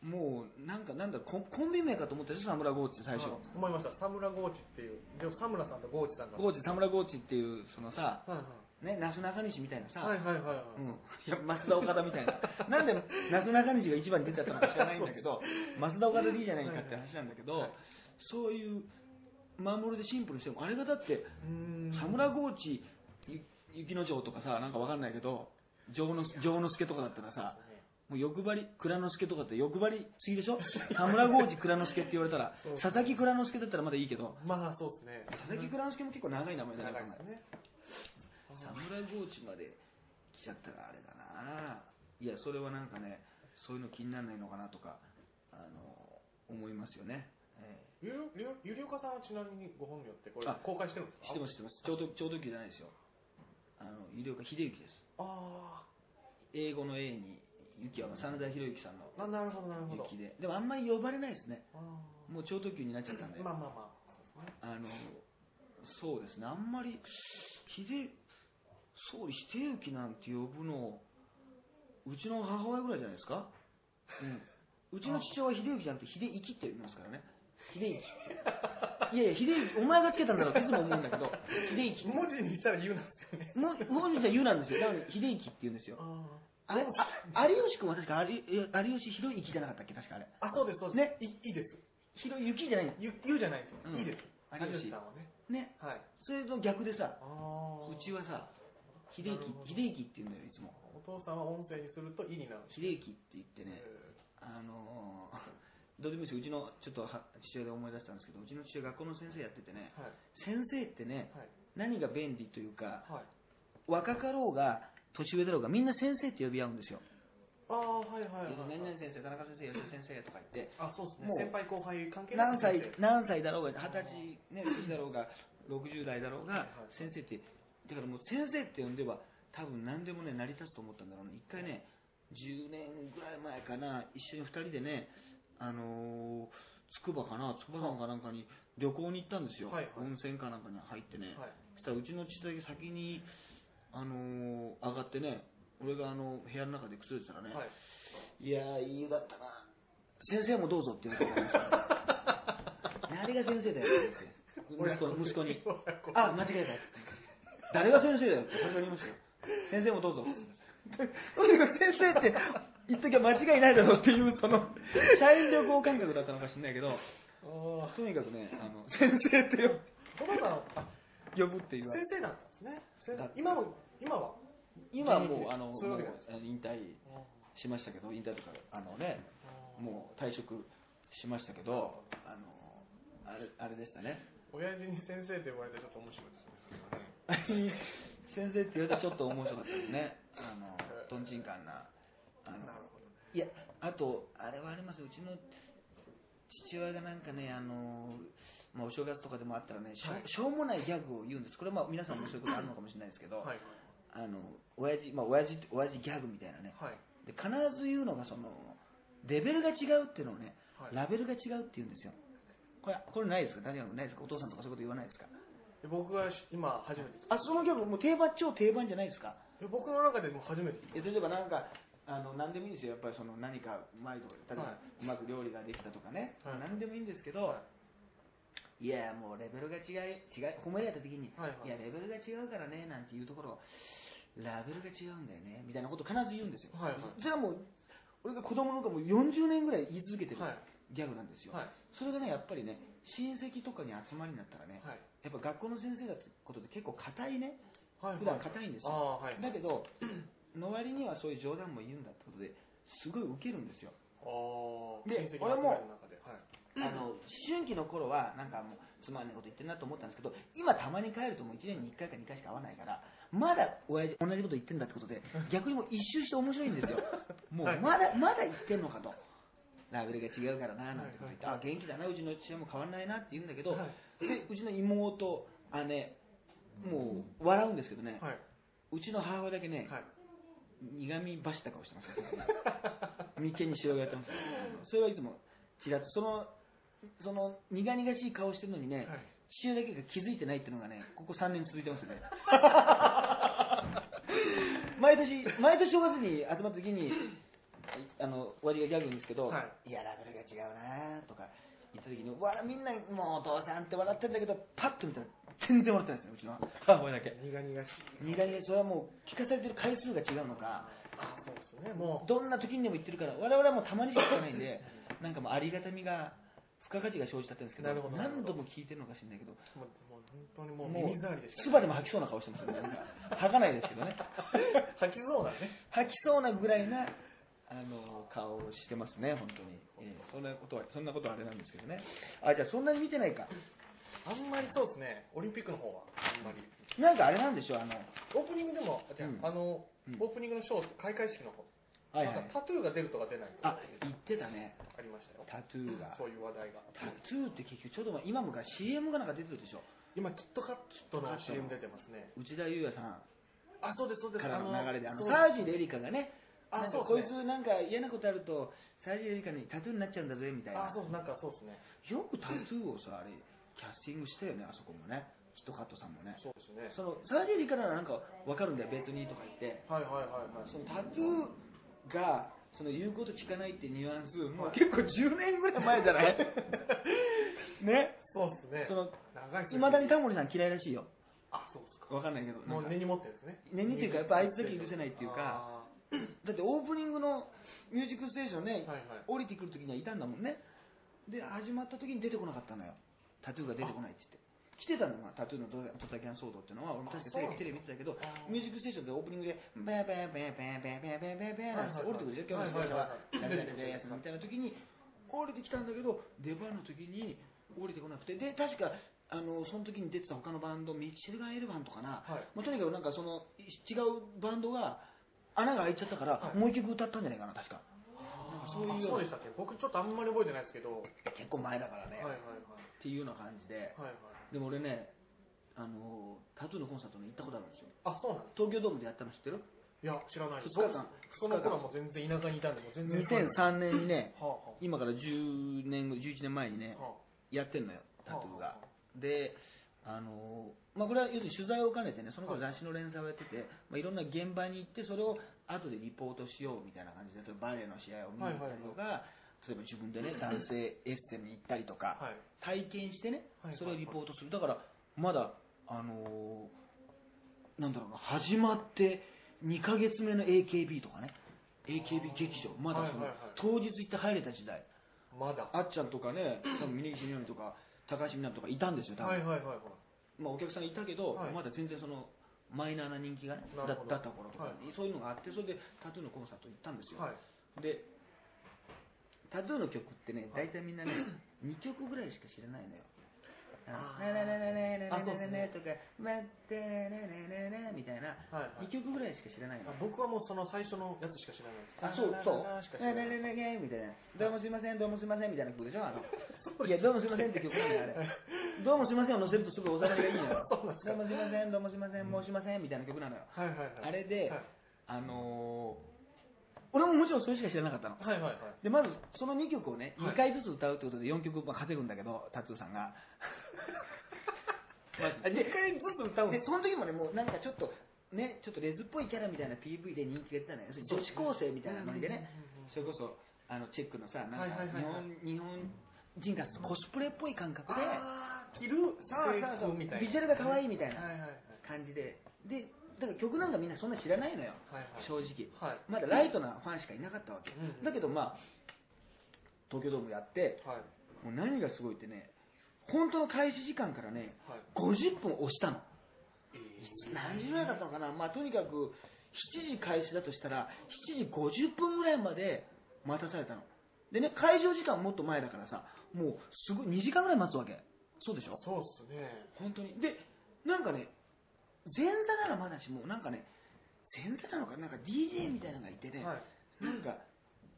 Speaker 1: もう、なんか、なんだろうコン、コンビ名かと思ったでしょ、サムラゴーチ最初。
Speaker 2: はい思いました。サムラゴーチっていう。でもサムラさんとゴーチさんが。
Speaker 1: ゴー
Speaker 2: チ。
Speaker 1: チ、田村ゴーチっていう、そのさ、
Speaker 2: はい
Speaker 1: ね、なすなかにしみたいなさ、
Speaker 2: はい。はいはいはいはい。
Speaker 1: うん、いや松田岡田みたいな、なんでなすなかにしが一番に出ちゃったのか知らないんだけど、松田岡田でいいじゃないかって話なんだけど、そういう、守るでシンプルにしても、あれがだって、
Speaker 2: うーん
Speaker 1: サムラゴーチ、ゆ雪の城とかさ、なんかわかんないけど、城之城之助とかだったらさ、もう欲張り、蔵之助とかって欲張りすぎで しょ田村郷地蔵之助って言われたら
Speaker 2: そう、
Speaker 1: 佐々木蔵之助だったらまだいいけど、
Speaker 2: まあそうですね。
Speaker 1: 佐々木蔵之助も結構長い名前だ
Speaker 2: 長い
Speaker 1: ね。
Speaker 2: ですね。
Speaker 1: 田村郷地まで来ちゃったらあれだないや、それはなんかね、そういうの気にならないのかなとか、あの、思いますよね。え
Speaker 2: ゆりょゆりょゆりおかさんはちなみにご本名ってこれ
Speaker 1: あ
Speaker 2: 公開してるんです
Speaker 1: え
Speaker 2: か
Speaker 1: 知ってます、知ってます。ちょうど、ちょうど級じゃないですよ。あの、有料化秀幸です。
Speaker 2: あ
Speaker 1: 英語の A に、雪は真田広之さんの
Speaker 2: あ、ななるほどなるほど。
Speaker 1: 雪で。でもあんまり呼ばれないですね。
Speaker 2: あー
Speaker 1: もう超特急になっちゃったんで。
Speaker 2: まあまあまあ。そうですね
Speaker 1: あの、そうですね、あんまり、秀、総理、秀幸なんて呼ぶの、うちの母親ぐらいじゃないですか。うん。うちの父親は秀幸じゃなくて、秀幸って呼びますからね。秀幸って。いやいや、秀幸、お前がつけたんだろうっていつも思うんだけど、秀幸。
Speaker 2: 文字にしたら言うなんですよね。
Speaker 1: もう、本人は言うなんですよ。だから、秀幸って言うんですよ。
Speaker 2: あ
Speaker 1: あれ、あ有吉君は確か、有有吉弘幸じゃなかったっけ確かあれ。
Speaker 2: あ、そうですそうです。
Speaker 1: ね
Speaker 2: いいいです。
Speaker 1: 弘幸じゃない
Speaker 2: ゆ言うじゃないですよ。
Speaker 1: うん
Speaker 2: いいです。
Speaker 1: 有吉
Speaker 2: 有吉さんはね。
Speaker 1: ね。
Speaker 2: はい。
Speaker 1: それと逆でさ、
Speaker 2: ああ。
Speaker 1: うちはさ、秀
Speaker 2: なるほ
Speaker 1: 幸、秀
Speaker 2: ど
Speaker 1: 幸って言うんだよ、いつも。
Speaker 2: お父さんは音声にするといいになるんです
Speaker 1: 秀幸って言ってね、
Speaker 2: え
Speaker 1: あのー どうでもいいですようちのちょっとは父親で思い出したんですけど、うちの父親、学校の先生やっててね、
Speaker 2: ーはい
Speaker 1: 先生ってね、
Speaker 2: はい
Speaker 1: 何が便利というか、
Speaker 2: はい
Speaker 1: 若かろうが、年上だろうが、みんな先生って呼び合うんですよ。
Speaker 2: ああはいはい
Speaker 1: 要するに
Speaker 2: は
Speaker 1: 何々
Speaker 2: いはい
Speaker 1: 先生、田中先生、吉田先生とか言って、
Speaker 2: あそうです
Speaker 1: もう
Speaker 2: ね先輩後輩関係な
Speaker 1: 何
Speaker 2: く
Speaker 1: 歳
Speaker 2: 先生
Speaker 1: 何歳だろうが、二十歳、ね、過ぎだろうが、60代だろう
Speaker 2: はいは
Speaker 1: が
Speaker 2: い、
Speaker 1: 先生って、だからもう先生って呼んでは、多分何でもね、成り立つと思ったんだろうね、一回ね、10年ぐらい前かな、一緒に2人でね、あのー、筑波かな、筑波山かなんかに旅行に行ったんですよ、
Speaker 2: はいはい
Speaker 1: 温泉かなんかに入ってね、
Speaker 2: はい
Speaker 1: そしたらうちの父だけ先に、あのー上がってね、俺があの部屋の中でくつろいでたらね、
Speaker 2: はい
Speaker 1: いやー、いい湯だったな。先生もどうぞって言われてたんですよ。誰が先生だよって言って。息子息子に。あ、間違えたって。誰が先生だよって、本当に言いましたよ。先生もどうぞ。とにかく先生って言っときゃ間違いないだろうっていう、その、社員旅行感覚だったのか知んないけど、
Speaker 2: あー
Speaker 1: とにかくね、あの、先生って
Speaker 2: お父さんはあ
Speaker 1: 呼ぶっていう。
Speaker 2: 先生だったんですね先
Speaker 1: だって
Speaker 2: 今も今は
Speaker 1: 今はもう、あの、もう
Speaker 2: そういうわけじゃないで
Speaker 1: 引退しましたけど、引退とか、あのね、
Speaker 2: も
Speaker 1: もう退職しましたけど、あのあれあれでしたね、
Speaker 2: う親父に先生って呼ばれてちょっと面白いですね
Speaker 1: 先生って言われたらちょっと面白かったですね、あのとんちんかんな。あの
Speaker 2: なるほど
Speaker 1: いや、あと、あれはありますよ、うちの父親がなんかね、あのまあ、お正月とかでもあったらねしょ,、
Speaker 2: はいう
Speaker 1: もないギャグを言うんです、これはまあ皆さんもそういうことあるのかもしれないですけど、
Speaker 2: はい
Speaker 1: あの親父まあ親父親父ギャグみたいなね、
Speaker 2: はい
Speaker 1: で必ず言うのがその、レベルが違うっていうのをね、
Speaker 2: はい
Speaker 1: ラベルが違うって言うんですよ。これ、これないですか何がないですかお父さんとかそういうこと言わないですか
Speaker 2: で僕はし今初めてです
Speaker 1: あ、そのギャグ、もう定番、超定番じゃないですか
Speaker 2: で僕の中でも初めてです
Speaker 1: いや例えばなんか、あの、何でもいいんですよ。やっぱりその何かうまいとか、例えば、
Speaker 2: はいう
Speaker 1: まく料理ができたとかね、
Speaker 2: はい
Speaker 1: 何でもいいんですけど、い、や、もうレベルが違い、違い、褒められた時に、
Speaker 2: はいはい
Speaker 1: や、レベルが違うからね、なんていうところ、ラベルが違うんだよね、みたいなこと必ず言うんですよ。
Speaker 2: はいはい
Speaker 1: それはもう、俺が子供の頃もう40年ぐらい言い続けてる
Speaker 2: はい
Speaker 1: ギャグなんですよ。
Speaker 2: はい
Speaker 1: それがね、やっぱりね、親戚とかに集まりになったらね、
Speaker 2: はい
Speaker 1: やっぱ学校の先生だってことで結構硬いね、
Speaker 2: はいはい
Speaker 1: 普段硬いんですよ。
Speaker 2: あーはい
Speaker 1: だけ ど、の割にはそういう冗談も言うんだってことで、すごいウケるんですよ。
Speaker 2: ああ
Speaker 1: で
Speaker 2: 親戚の
Speaker 1: 俺も
Speaker 2: 集まりの中では
Speaker 1: あ
Speaker 2: い
Speaker 1: の思春期の頃はなんかもうつまんないこと言ってるなと思ったんですけど今たまに帰るともう1年に1回か2回しか会わないからまだ親父同じこと言ってんだってこと で逆にもう一周して面白いんですよもう
Speaker 2: はい
Speaker 1: まだまだ言ってんのかとラベルが違うからななんてこと言って、
Speaker 2: はい
Speaker 1: あ元気だなうちの父親も変わらないなって言うんだけど、
Speaker 2: は
Speaker 1: でうちの妹姉もう笑うんですけどね、
Speaker 2: はいう
Speaker 1: ちの母親だけね、
Speaker 2: はい
Speaker 1: 苦み走った顔してますね眉間にしわがやってますそれはいつもちらっとそのその苦々しい顔してるのにね、
Speaker 2: はい
Speaker 1: 父親だけが気づいてないっていうのがね、ここ3年続いて ますね。毎年、毎年おかずに集まった時に、あの、親父がギャグ言うんですけど、、
Speaker 2: はい
Speaker 1: や、ラベルが違うなとか言った時に、わみんな、もうお父さんって笑ってんだけど、パッと見たら全然笑ってないですね、うちの母親だけ。
Speaker 2: 苦々しい。
Speaker 1: 苦々それはもう聞かされてる回数が違うのか、
Speaker 2: あ、そうですよね。も
Speaker 1: どんな時にでも言ってるから、我々はもうたまにしか聞かないん で、なんかもうありがたみが、付加価値が生じたってるんですけど
Speaker 2: なるほどなるほど
Speaker 1: 何度も聞いてるのか知らないけど、
Speaker 2: う、もうもう本当にもう耳障りでしか
Speaker 1: 唾でも吐きそうな顔してますね。吐かないですけどね。
Speaker 2: 吐きそうだね。
Speaker 1: 吐きそうなぐらいな、あの、顔をしてますね、本当に。ええそんなことは、そんなことはあれなんですけどね。あ、じゃあそんなに見てないか。
Speaker 2: あんまりそうですね。オリンピックの方は、あんまり。
Speaker 1: なんかあれなんでしょう、あの、
Speaker 2: オープニングでも、あ違う
Speaker 1: うん
Speaker 2: あの、
Speaker 1: うん
Speaker 2: オープニングのショー、開会式の方。
Speaker 1: はいは
Speaker 2: なん
Speaker 1: い。
Speaker 2: かタトゥーが出るとか出ないと
Speaker 1: あ
Speaker 2: か、
Speaker 1: 言ってたね、
Speaker 2: ありましたよ。
Speaker 1: タトゥーが。
Speaker 2: そういう話題が。
Speaker 1: タトゥーって結局、ちょうど今昔 CM がなんか出てるでしょ。
Speaker 2: 今、キットカットの CM 出てますね。
Speaker 1: 内田裕也さん
Speaker 2: あ、そうです、そうです。
Speaker 1: からの流れで、あの、
Speaker 2: そう
Speaker 1: サージでエリカがね、な
Speaker 2: あ
Speaker 1: んか
Speaker 2: そう
Speaker 1: こい
Speaker 2: ですね
Speaker 1: つなんか嫌なことあると、サージでエリカにタトゥーになっちゃうんだぜ、みたいな。
Speaker 2: あ、そう、なんかそうですね。
Speaker 1: よくタトゥーをさ、あれ、キャスティングしたよね、あそこもね。キットカットさんもね。
Speaker 2: そうですね。
Speaker 1: そのサージェリーからならなんか分かるんだよ別にとか言って
Speaker 2: はいはいはいはい。
Speaker 1: そのタトゥーがその言うこと聞かないってニュアンスもう結構10年ぐらい前じゃない ね
Speaker 2: そうですね。
Speaker 1: その
Speaker 2: 長いっす
Speaker 1: い
Speaker 2: ね
Speaker 1: まだにタモリさん嫌いらしいよ
Speaker 2: あ、そうですか。
Speaker 1: 分かんないけどな
Speaker 2: も
Speaker 1: ん
Speaker 2: う
Speaker 1: か
Speaker 2: 根に持ってるんですね。
Speaker 1: 根にっていうかやっぱあいつだけ許せないっていうか
Speaker 2: あ
Speaker 1: だってオープニングの「ミュージックステーションね」
Speaker 2: ー。はいはい。
Speaker 1: 降りてくる時にはいたんだもんねで始まった時に出てこなかったのよタトゥーが出てこないって言って来てたの、まあ、タトゥーのドドタキャン騒動っていうのは俺も確かテレビ
Speaker 2: あそ
Speaker 1: テレビ
Speaker 2: うなんだ
Speaker 1: 見てたけど
Speaker 2: あー
Speaker 1: ミュージックステーションでオープニングで「バーバーバーバーバーバーバーバーバー」なんて降りてくるじゃん今
Speaker 2: はい
Speaker 1: 日
Speaker 2: はいはい
Speaker 1: の
Speaker 2: は
Speaker 1: 仕事は誰々
Speaker 2: い
Speaker 1: ですみたいな時に降りてきたんだけど出番の時に降りてこなくてで確かあのその時に出てた他のバンドミッチェルガン・エルバンとかな、
Speaker 2: はい
Speaker 1: まあ、とにかくなんかそのい違うバンドが穴が開いちゃったから、
Speaker 2: はい
Speaker 1: もう一曲歌ったんじゃないかな確かなんか
Speaker 2: あ
Speaker 1: そういうような
Speaker 2: そうでしたっけ僕ちょっとあんまり覚えてないですけど。はい
Speaker 1: 結構前だからね、
Speaker 2: はいはい。
Speaker 1: っていうような感じで、
Speaker 2: はいはい。
Speaker 1: でも俺ね、あのータトゥーのコンサートに行ったことあるんですよ。
Speaker 2: あ、そうなんです。
Speaker 1: 東京ドームでやったの知ってる
Speaker 2: いや、知らないです。
Speaker 1: 二日間
Speaker 2: 僕その頃はもう全然田舎にいたんで、もう全然。は
Speaker 1: ?2003 年にね、
Speaker 2: あ、は
Speaker 1: 今から10年後、11年前にね
Speaker 2: あ、、は
Speaker 1: やってんのよ、タトゥー
Speaker 2: は
Speaker 1: が
Speaker 2: あは。
Speaker 1: で、あのーまあ、これは要するに取材を兼ねてね、その頃
Speaker 2: は
Speaker 1: 雑誌の連載をやってて、まあ、いろんな現場に行って、それを後でリポートしようみたいな感じで、例えばバレエの試合を見に行ったりとか、例えば自分でね、男性エステに行ったりとか、
Speaker 2: はい
Speaker 1: 体験してね
Speaker 2: はい、
Speaker 1: それをリポートする。だから、まだ、あのーなんだろうな、始まって2ヶ月目の AKB とかね、AKB 劇場、まだその、
Speaker 2: はいはいはい
Speaker 1: 当日行って入れた時代、
Speaker 2: あ。まだ。
Speaker 1: あっちゃんとかね、多分峯岸みなみとか、高橋みなみとかいたんですよ、多分。
Speaker 2: はいはいはいはい。
Speaker 1: まあ、お客さんいたけど、
Speaker 2: はい
Speaker 1: まだ全然そのマイナーな人気がねだ
Speaker 2: な
Speaker 1: だ
Speaker 2: る
Speaker 1: っ
Speaker 2: ほど
Speaker 1: た頃とか、
Speaker 2: はい
Speaker 1: そういうのがあってそれでタトゥーのコンサート行ったんですよ、
Speaker 2: は
Speaker 1: でタトゥーの曲ってね大体みんなね、2曲ぐらいしか知らないのよ「
Speaker 2: あ
Speaker 1: あな
Speaker 2: ー
Speaker 1: なななななな
Speaker 2: あそうっ
Speaker 1: な
Speaker 2: す
Speaker 1: な」
Speaker 2: ね
Speaker 1: とか「待ってななななな」みたいな、
Speaker 2: はいはい
Speaker 1: 2曲ぐらいしか知らないの
Speaker 2: あ僕はもうその最初のやつしか知らないです。
Speaker 1: あ、そう、そう。
Speaker 2: ララララしか知
Speaker 1: ね
Speaker 2: ら
Speaker 1: えね
Speaker 2: ない。
Speaker 1: えねえねえみたいな。どうもすいません、どうもすいません、みたいな曲でしょ、あ
Speaker 2: そ
Speaker 1: の。
Speaker 2: う
Speaker 1: いや、どうもすいませんって曲なんだよ、あれ。どうもすいませんを載せるとすぐおさらいがいいのよ。
Speaker 2: そうなんですか
Speaker 1: どうもすいません、どうもすいません、もうしません、みたいな曲なのよ。
Speaker 2: はいはいはい。
Speaker 1: あれで
Speaker 2: はい、
Speaker 1: あのー、俺ももちろんそれしか知らなかったの。
Speaker 2: はいはいはい。
Speaker 1: で、まず、その2曲をね、
Speaker 2: はい
Speaker 1: 2回ずつ歌うってことで4曲まあ稼ぐんだけど、タツーさん が。まず
Speaker 2: 2回ずつ歌うんで
Speaker 1: ですその時もねもうなんかちょっとねちょっとレズっぽいキャラみたいな PV で人気が出てたのよ要するに女子高生みたいなノリでねそれこそあのチェックのさなん
Speaker 2: はいはい
Speaker 1: か日
Speaker 2: はいはい
Speaker 1: 本日本人がコスプレっぽい感覚で
Speaker 2: あー着る
Speaker 1: さあ
Speaker 2: 制
Speaker 1: さあそう
Speaker 2: 服みたいな
Speaker 1: ビジュアルが可愛いみたい
Speaker 2: はいはい
Speaker 1: な
Speaker 2: はい
Speaker 1: 感じででだから曲なんかみんなそんな知らないのよ
Speaker 2: はいはい
Speaker 1: 正直
Speaker 2: はい
Speaker 1: まだライトなファンしかいなかったわけ
Speaker 2: うんうん
Speaker 1: だけどまあ東京ドームやって
Speaker 2: はい
Speaker 1: もう何がすごいってね本当の開始時間からね
Speaker 2: はい
Speaker 1: 50分押したの
Speaker 2: え
Speaker 1: 何時ぐらいだったのかな、まあ、とにかく7時開始だとしたら7時50分ぐらいまで待たされたのでね会場時間もっと前だからさもうすごい2時間ぐらい待つわけそうでし
Speaker 2: ー
Speaker 1: ょ
Speaker 2: そうっすね
Speaker 1: 本当にでなんかね前座ならまだしもなんかね前座なのかなんか DJ みたいなのがいてね、
Speaker 2: は い
Speaker 1: なんか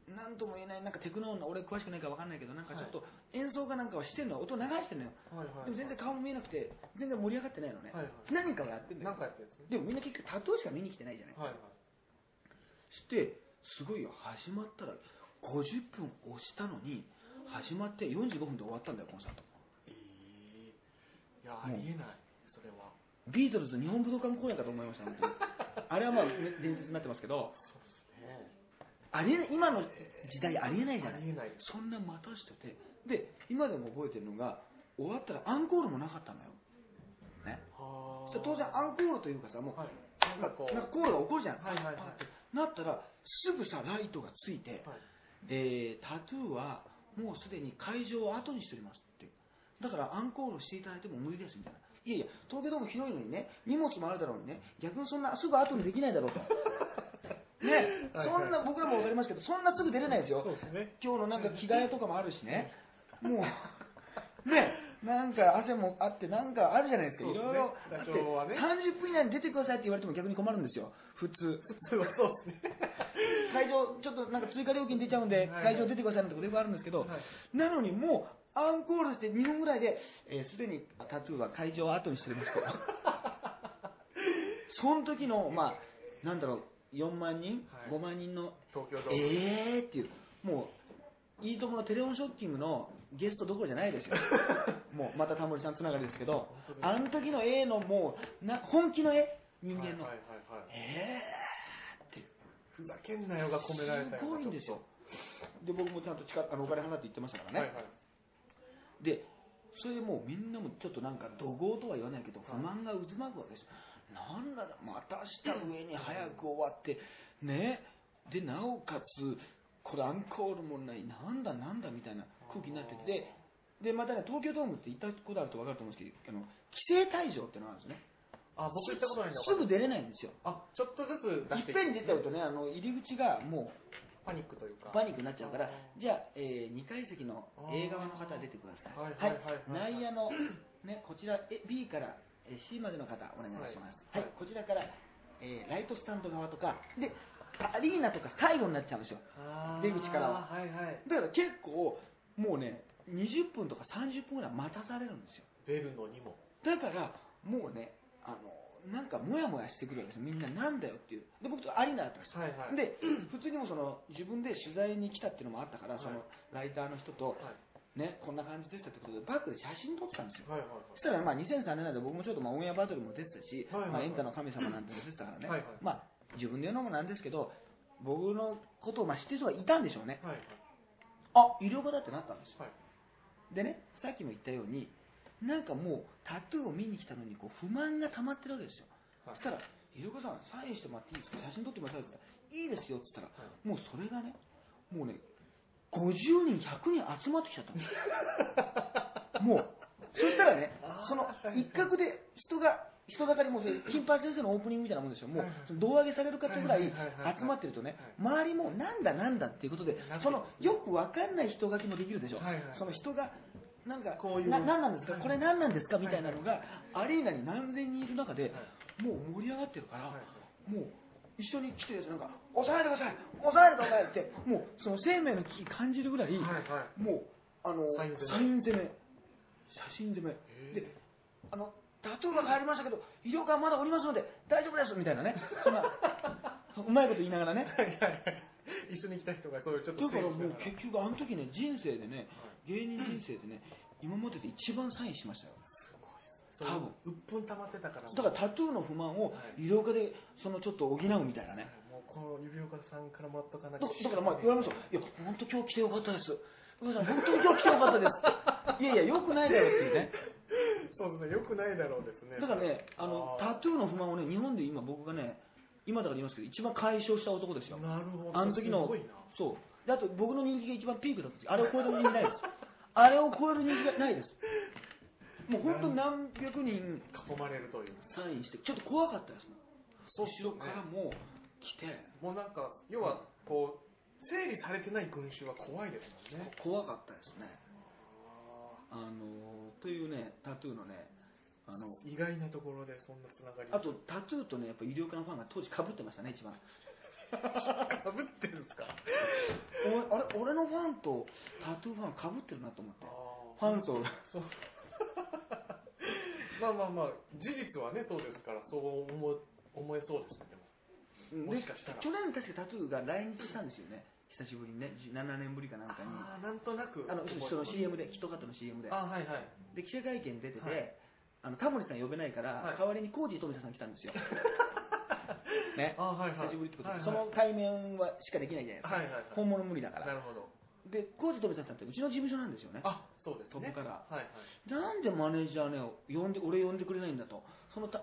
Speaker 1: なんとも言えないなんかテクノな俺詳しくないから分かんないけどなんかちょっと演奏かなんかはしてるの音流してるのよ
Speaker 2: はいはい
Speaker 1: でも全然顔も見えなくて全然盛り上がってないのね、
Speaker 2: はいはい
Speaker 1: 何かをやってんだよ
Speaker 2: 何かやってるんですね
Speaker 1: でもみんな結局タトゥーしか見に来てないじゃない、
Speaker 2: はいはい
Speaker 1: してすごいよ始まったら50分押したのに始まって45分で終わったんだよコンサート
Speaker 2: えいや、ありえない、それは。
Speaker 1: ビートルズ日本武道館公演かと思いました、本当にあれはまあ、伝説になってますけど、
Speaker 2: そうですね。
Speaker 1: ありえない今の時代ありえないじゃ
Speaker 2: あ
Speaker 1: ない。
Speaker 2: りえない。
Speaker 1: そんな待たしてて、で、今でも覚えてるのが、終わったらアンコールもなかったのよ。ね。
Speaker 2: は
Speaker 1: そした
Speaker 2: あ
Speaker 1: ら当然アンコールというかさ、もう、
Speaker 2: はい。なんかこう。
Speaker 1: なんかコールが起こるじゃん。
Speaker 2: はいはいはい。はい。
Speaker 1: なったら、すぐさ、ライトがついて、えータトゥーはもうすでに会場を後にしておりますって。だからアンコールしていただいても無理ですみたいな。いやいや、東京ドーム広いのにね、荷物もあるだろうにね、逆にそんなすぐ後にできないだ ろうと。ね、
Speaker 2: はい
Speaker 1: そんな、僕らも分かりますけど、そんなすぐ出れないですよ
Speaker 2: そ。うですね。
Speaker 1: 今日のなんか着替えとかもあるしね、も う、ね、なんか汗もあって、なんかあるじゃないですか、
Speaker 2: そ
Speaker 1: いう
Speaker 2: です
Speaker 1: ろ
Speaker 2: ね
Speaker 1: いろあって、
Speaker 2: 多少はね
Speaker 1: 30分以内に出てくださいって言われても逆に困るんですよ、普通。
Speaker 2: そうですね。
Speaker 1: 会場、ちょっとなんか追加料金出ちゃうんで、
Speaker 2: はい
Speaker 1: 会場出てくださいなんてことよくあるんですけど、
Speaker 2: はい
Speaker 1: なのにもう、アンコールして2分ぐらいで、えーすでにタトゥーは会場を後にしており ますと。その時の、まあ、なんだろう、4万人、
Speaker 2: はい
Speaker 1: 5万人の
Speaker 2: 東京ドーム。
Speaker 1: えーっていう、もう、いいとこのテレフォンショッキングのゲストどころじゃないですよ。 もう、またタモリさんつながりですけど、あの時の A のもう、な本気の絵、人間の。
Speaker 2: はいはいはいはい。
Speaker 1: えーって、
Speaker 2: ふざけんなよが込められたよ
Speaker 1: すごいんですよ。で、僕もちゃんと力あのお金払って行ってましたからね。
Speaker 2: はいはい。
Speaker 1: で、それでもうみんなもちょっとなんか怒号とは言わないけど、不満が渦巻くわけですよ。なんだだ、またした上に早く終わって、ね、で、なおかつ、これアンコールもない、なんだなんだみたいな空気になってて、でで、またね、東京ドームって行ったことあると分かると思うんですけど、あの規制退場ってのがあるんですね。
Speaker 2: あ、僕行ったことないんだ。
Speaker 1: すぐ出れないんですよ。
Speaker 2: あ、ちょっとずつ出
Speaker 1: い
Speaker 2: して
Speaker 1: っ
Speaker 2: いく
Speaker 1: ぺんに出ちゃうとね、あの入り口がもう
Speaker 2: パニックというか。
Speaker 1: パニックになっちゃうから
Speaker 2: あ、
Speaker 1: じゃあ、え2階席の A 側の方出てください。
Speaker 2: はい
Speaker 1: は
Speaker 2: はいはいはい
Speaker 1: い、内野の、ね、こちらえ B からえ C までの方、お願いします。は
Speaker 2: は
Speaker 1: いい、こちらから、えーライトスタンド側とか、で、アリーナとか最後になっちゃうんですよ。
Speaker 2: あー
Speaker 1: 出口からは
Speaker 2: はいはい。
Speaker 1: だから結構、もうね、20分とか30分ぐらい待たされるんですよ。
Speaker 2: 出るのにも。
Speaker 1: だから、もうね、あの、なんかモヤモヤしてくるわけですよ。みんななんだよっていう。で、僕とアリーナだったんですよ
Speaker 2: はいはい。はい、
Speaker 1: で、普通にもその自分で取材に来たっていうのもあったから、
Speaker 2: はい
Speaker 1: そのライターの人と、ね、こんな感じでしたってことで、バックで写真撮ってたんですよ。
Speaker 2: はいはい
Speaker 1: そしたら、まあ、2003年なんで僕もちょっとまあオンエアバトルも出てたし、
Speaker 2: はいはい
Speaker 1: まあ、エンタの神様なんても出てたからね、
Speaker 2: はいはい
Speaker 1: まあ、自分で言うのもなんですけど、僕のことをまあ知ってる人がいたんでしょうね。
Speaker 2: はい。はいはい。
Speaker 1: あ、医療科だってなったんですよ。
Speaker 2: はい。
Speaker 1: でね、さっきも言ったように、なんかもうタトゥーを見に来たのにこう不満が溜まってるわけですよ。
Speaker 2: はい
Speaker 1: そしたら、医療科さん、サインしてもらっていいですか写真撮ってもらっていいですかいいですよって言ったら、
Speaker 2: はい
Speaker 1: もうそれがね、もうね、50人、100人集まってきちゃったんですよ。 もう、そしたらね
Speaker 2: あ、ー
Speaker 1: その
Speaker 2: はいはい
Speaker 1: 一角で人が、人だかりもうそれ、金八先生のオープニングみたいなもんですよ。もう
Speaker 2: はいはい、
Speaker 1: その胴上げされる方ぐら
Speaker 2: はい
Speaker 1: い
Speaker 2: はいはいはい
Speaker 1: 集まってるとね、周りもなんだなんだっていうことで
Speaker 2: な、る
Speaker 1: そ
Speaker 2: ほど
Speaker 1: の、よくわかんない人書きもできるでしょ。
Speaker 2: はいはい
Speaker 1: その人が、なんか、
Speaker 2: こういう
Speaker 1: な何なんですか
Speaker 2: はい
Speaker 1: これ何なんですかみたいなのが、アリーナに何千人いる中で、
Speaker 2: はい
Speaker 1: もう盛り上がってるから、
Speaker 2: はい
Speaker 1: もう一緒に来てるやつなんか、押さないでください、押さないでくださいって、もうその生命の危機感じるぐらい、
Speaker 2: はいはい
Speaker 1: もう、あの、
Speaker 2: サイン攻め
Speaker 1: サイン攻め、写真攻め、
Speaker 2: へー
Speaker 1: で、あの、タトゥーが入りましたけど、医療官まだおりますので、大丈夫ですみたいなね、そん な、うまいこと言いながらね。
Speaker 2: はいはい。 一緒に来た人がそういうちょっと
Speaker 1: だからも
Speaker 2: 整理しな
Speaker 1: う
Speaker 2: がら
Speaker 1: 結局あの時ね人生でね芸人人生でね今までで一番サインしましたよ
Speaker 2: そういう
Speaker 1: 多分
Speaker 2: 鬱憤溜まってたから。
Speaker 1: だからタトゥーの不満を
Speaker 2: はい
Speaker 1: 医療科でそのちょっと補うみたいなね
Speaker 2: もうこの指岡さんからもらっとかな
Speaker 1: だ
Speaker 2: きゃ。
Speaker 1: だからまあ言われましたよいや本当今日来てよかったです上田さん本当に今日来てよかったですいやいやよくないだろうっていうね
Speaker 2: そうですね、よくないだろうですね。
Speaker 1: だからねあのタ
Speaker 2: あ
Speaker 1: トゥーの不満をね日本で今僕がね今だから言いますけど一番解消した男ですよ
Speaker 2: ーなるほど。
Speaker 1: あの時の
Speaker 2: すごいな。
Speaker 1: そうであと僕の人気が一番ピークだった時あれを超える人気ないですあれを超える人気がないですもう本当何百人
Speaker 2: 囲まれるという。
Speaker 1: サインしてちょっと怖かったですもん
Speaker 2: そうっす
Speaker 1: 後
Speaker 2: ね
Speaker 1: ろからも来て
Speaker 2: もうなんか、要は、こう、整理されてない群衆は怖いですもんね。
Speaker 1: 怖かったですねあのーというねタトゥーのねあの
Speaker 2: 意外なところでそんなつながり。
Speaker 1: あとタトゥーとねやっぱ医療科のファンが当時かぶってましたね一番
Speaker 2: かぶってるんですか
Speaker 1: おあれ俺のファンとタトゥーファンかぶってるなと思ってフ
Speaker 2: あ
Speaker 1: ァン層が
Speaker 2: そうまあまあまあ事実はねそうですからそう思え思えそうですねでも
Speaker 1: うん
Speaker 2: もしかしたら
Speaker 1: で去年確かタトゥーが来日したんですよね久しぶりにね7年ぶりかなんかに
Speaker 2: ああなんとなく
Speaker 1: あの
Speaker 2: 覚えて
Speaker 1: その
Speaker 2: ます
Speaker 1: CM で、キットカットの CM で。
Speaker 2: あはいはい
Speaker 1: で、記者会見出てて、
Speaker 2: はい
Speaker 1: あのタモリさん呼べないから、
Speaker 2: はい
Speaker 1: 代わりにコーディ富田さん来たん ですよ。ね。
Speaker 2: あ、はいはい。
Speaker 1: 久しぶりってことで、
Speaker 2: はいはい
Speaker 1: その対面はしかできないじゃないですか。
Speaker 2: はいはい
Speaker 1: 本物無理だか
Speaker 2: はい。
Speaker 1: ら
Speaker 2: な。るほど。
Speaker 1: で、コーディ富田さんってうちの事務所なんですよね。
Speaker 2: あ、そうです
Speaker 1: 飛ぶ
Speaker 2: ね。
Speaker 1: から。
Speaker 2: はいはい。
Speaker 1: なんでマネージャーね、呼んで、俺呼んでくれないんだと。そのタ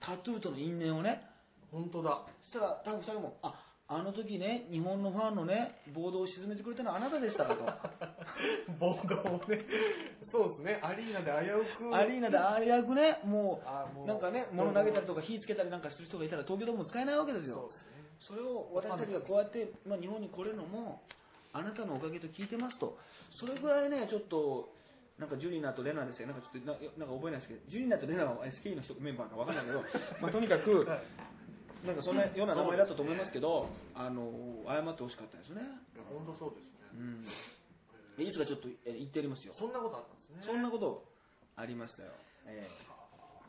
Speaker 1: タトゥーとの因縁をね。
Speaker 2: 本当だ。
Speaker 1: そしたら、多分二人も、あ、あの時ね、日本のファンのね、暴動を沈めてくれたのはあなたでしたかと。
Speaker 2: 暴動をね。そうですね。アリーナで危う く。
Speaker 1: アリーナであれやくね、も
Speaker 2: あも
Speaker 1: う、
Speaker 2: う
Speaker 1: なんかね、物投げたりとか火つけたりなんかする人がいたら東京ドームも使えないわけです
Speaker 2: そう
Speaker 1: よ。
Speaker 2: ですね。
Speaker 1: それを私たちがこうやって、まあ、日本に来れるのも、あなたのおかげと聞いてますと。それぐらいね、ちょっと、なんかジュリナとレナですよ。なんかちょっとな、なんか覚えないですけど、ジュリナとレナは SK の人メンバーかわかんないけど、 まあ、とにかく、
Speaker 2: はい
Speaker 1: なんかそんなような名前だったと思いますけど、あの、謝ってほしかったですね。
Speaker 2: いや本当そうで
Speaker 1: う
Speaker 2: すね。
Speaker 1: ん。
Speaker 2: へ
Speaker 1: でいつかちょっとえ言ってやりますよ
Speaker 2: ー。そんなことあったんです
Speaker 1: そ
Speaker 2: ね。
Speaker 1: んなことありましたよ。ええ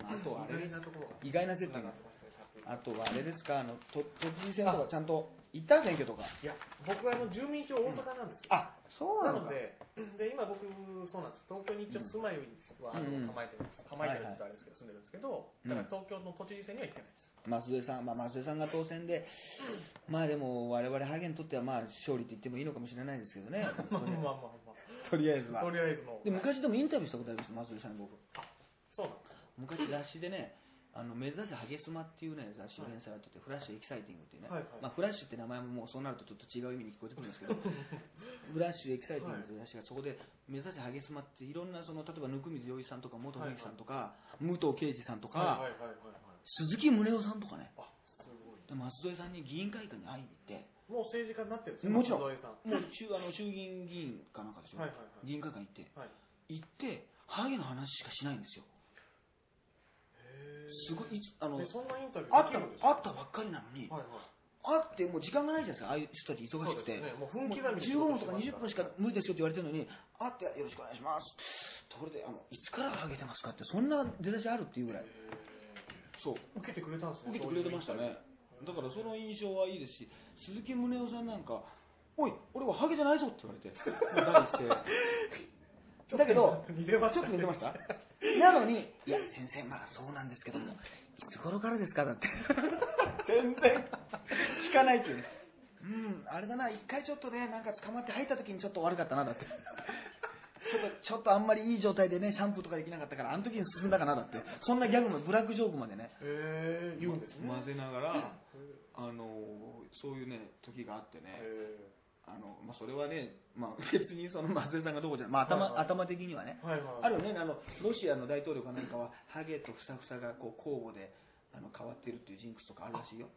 Speaker 1: あとはあれで
Speaker 2: 意
Speaker 1: す
Speaker 2: 外なところが。
Speaker 1: 意外な接
Speaker 2: な
Speaker 1: 点
Speaker 2: んか
Speaker 1: が
Speaker 2: あ。りましたね
Speaker 1: あとはあれですか、あの、と都知事選とかちゃんと行った選挙とか。
Speaker 2: いや、僕はあの住民票大阪なんですよ。
Speaker 1: あ、そうな
Speaker 2: な
Speaker 1: の
Speaker 2: の
Speaker 1: か。
Speaker 2: で、で今僕、そうなんです、東京に一応住まいはあ
Speaker 1: うん
Speaker 2: の構えてるんです、構えてるって言ったらあれですけど、住んでるんですけど、
Speaker 1: うん
Speaker 2: だから東京の都知事選には行ってないです。
Speaker 1: 松江さん、まあ、松江さんが当選で、まあでも、我々ハゲにとっては、まあ、勝利と言ってもいいのかもしれないですけど ね。
Speaker 2: まあまあま
Speaker 1: とりあえず
Speaker 2: あまあ、と
Speaker 1: は。
Speaker 2: りあえずの、
Speaker 1: で、昔でもインタビューしたことあります、松江さんに僕。
Speaker 2: そうなんです。
Speaker 1: 昔雑誌でね、あの、目指せハゲスマっていうね、雑誌の連載をやってて、フラッシュエキサイティングっていうね。
Speaker 2: はいはい
Speaker 1: まあ、フラッシュって名前ももうそうなるとちょっと違う意味に聞こえてくるんですけ ど、フラッシュエキサイティングっていう雑誌がそこで、目指せハゲスマっていろんな、その、例えば、温水洋一さんとか、元文樹さんとか、武藤敬司さんとか、
Speaker 2: はいはいはいはいはい。
Speaker 1: 鈴木宗男さんとかね、
Speaker 2: あ、すごい。
Speaker 1: で松添さんに議員会館に会いに行って、
Speaker 2: もう政治家になってるんです
Speaker 1: もちろん
Speaker 2: 松戸江さん。
Speaker 1: もう衆あの衆議院議員かなんかでしょ、
Speaker 2: はいはいはい
Speaker 1: 議員会館行って、
Speaker 2: はい
Speaker 1: 行って、ハゲの話しかしないんですよ、
Speaker 2: へー
Speaker 1: すごい、いつあの
Speaker 2: えそんなインタビュ
Speaker 1: 会
Speaker 2: ー
Speaker 1: っ
Speaker 2: でき
Speaker 1: た
Speaker 2: るんです
Speaker 1: 会
Speaker 2: か
Speaker 1: ったばっかりなのに、
Speaker 2: はいはい。
Speaker 1: 会ってもう時間がないじゃないですか、ああいう人たち忙し
Speaker 2: そ
Speaker 1: く
Speaker 2: う
Speaker 1: て。
Speaker 2: ですね、もう分
Speaker 1: もう
Speaker 2: 刻みで
Speaker 1: 15分とか20分し
Speaker 2: か。
Speaker 1: か無理ですよって言われてるのに、会ってよろしくお願いします。ところで、あの、いつからハゲてますかって、そんな出だしあるっていうぐらい
Speaker 2: へ。ー
Speaker 1: そう。
Speaker 2: 受けてくれたんですね。
Speaker 1: 受けてくれてましたね。だからその印象はいいですし、鈴木宗男さんなんか、おい、俺はハゲじゃないぞって言わ れて、
Speaker 2: そういうインタビュー。
Speaker 1: だけど、
Speaker 2: 似てま
Speaker 1: ち
Speaker 2: し
Speaker 1: ょったと似
Speaker 2: ね
Speaker 1: てま したなのに、いや、先生、まあそうなんですけども、いつ頃からですかだって。 全然、聞かないっていうね。うん、あれだな、一回ちょっとね、なんか捕まって入った時にちょっと悪かったな、だって。ちょっと、ちょっとあんまりいい状態でね、シャンプーとかできなかったから、あの時に進んだかな、だって。そんなギャグも、ブラックジョークまでね。
Speaker 2: へー言うんですね。
Speaker 1: 混ぜながら、
Speaker 2: へー
Speaker 1: あのそういうね時があってね、
Speaker 2: へー
Speaker 1: あのまあ、それはね、まあ、別にその松江さんがどこじゃ、まあ頭
Speaker 2: はいはい
Speaker 1: 頭的にはね、
Speaker 2: はいはい。
Speaker 1: あるよねあの、ロシアの大統領かなんかは、ハゲとふさふさがこう交互であの変わってるっていうジンクスとかあるらしいよ。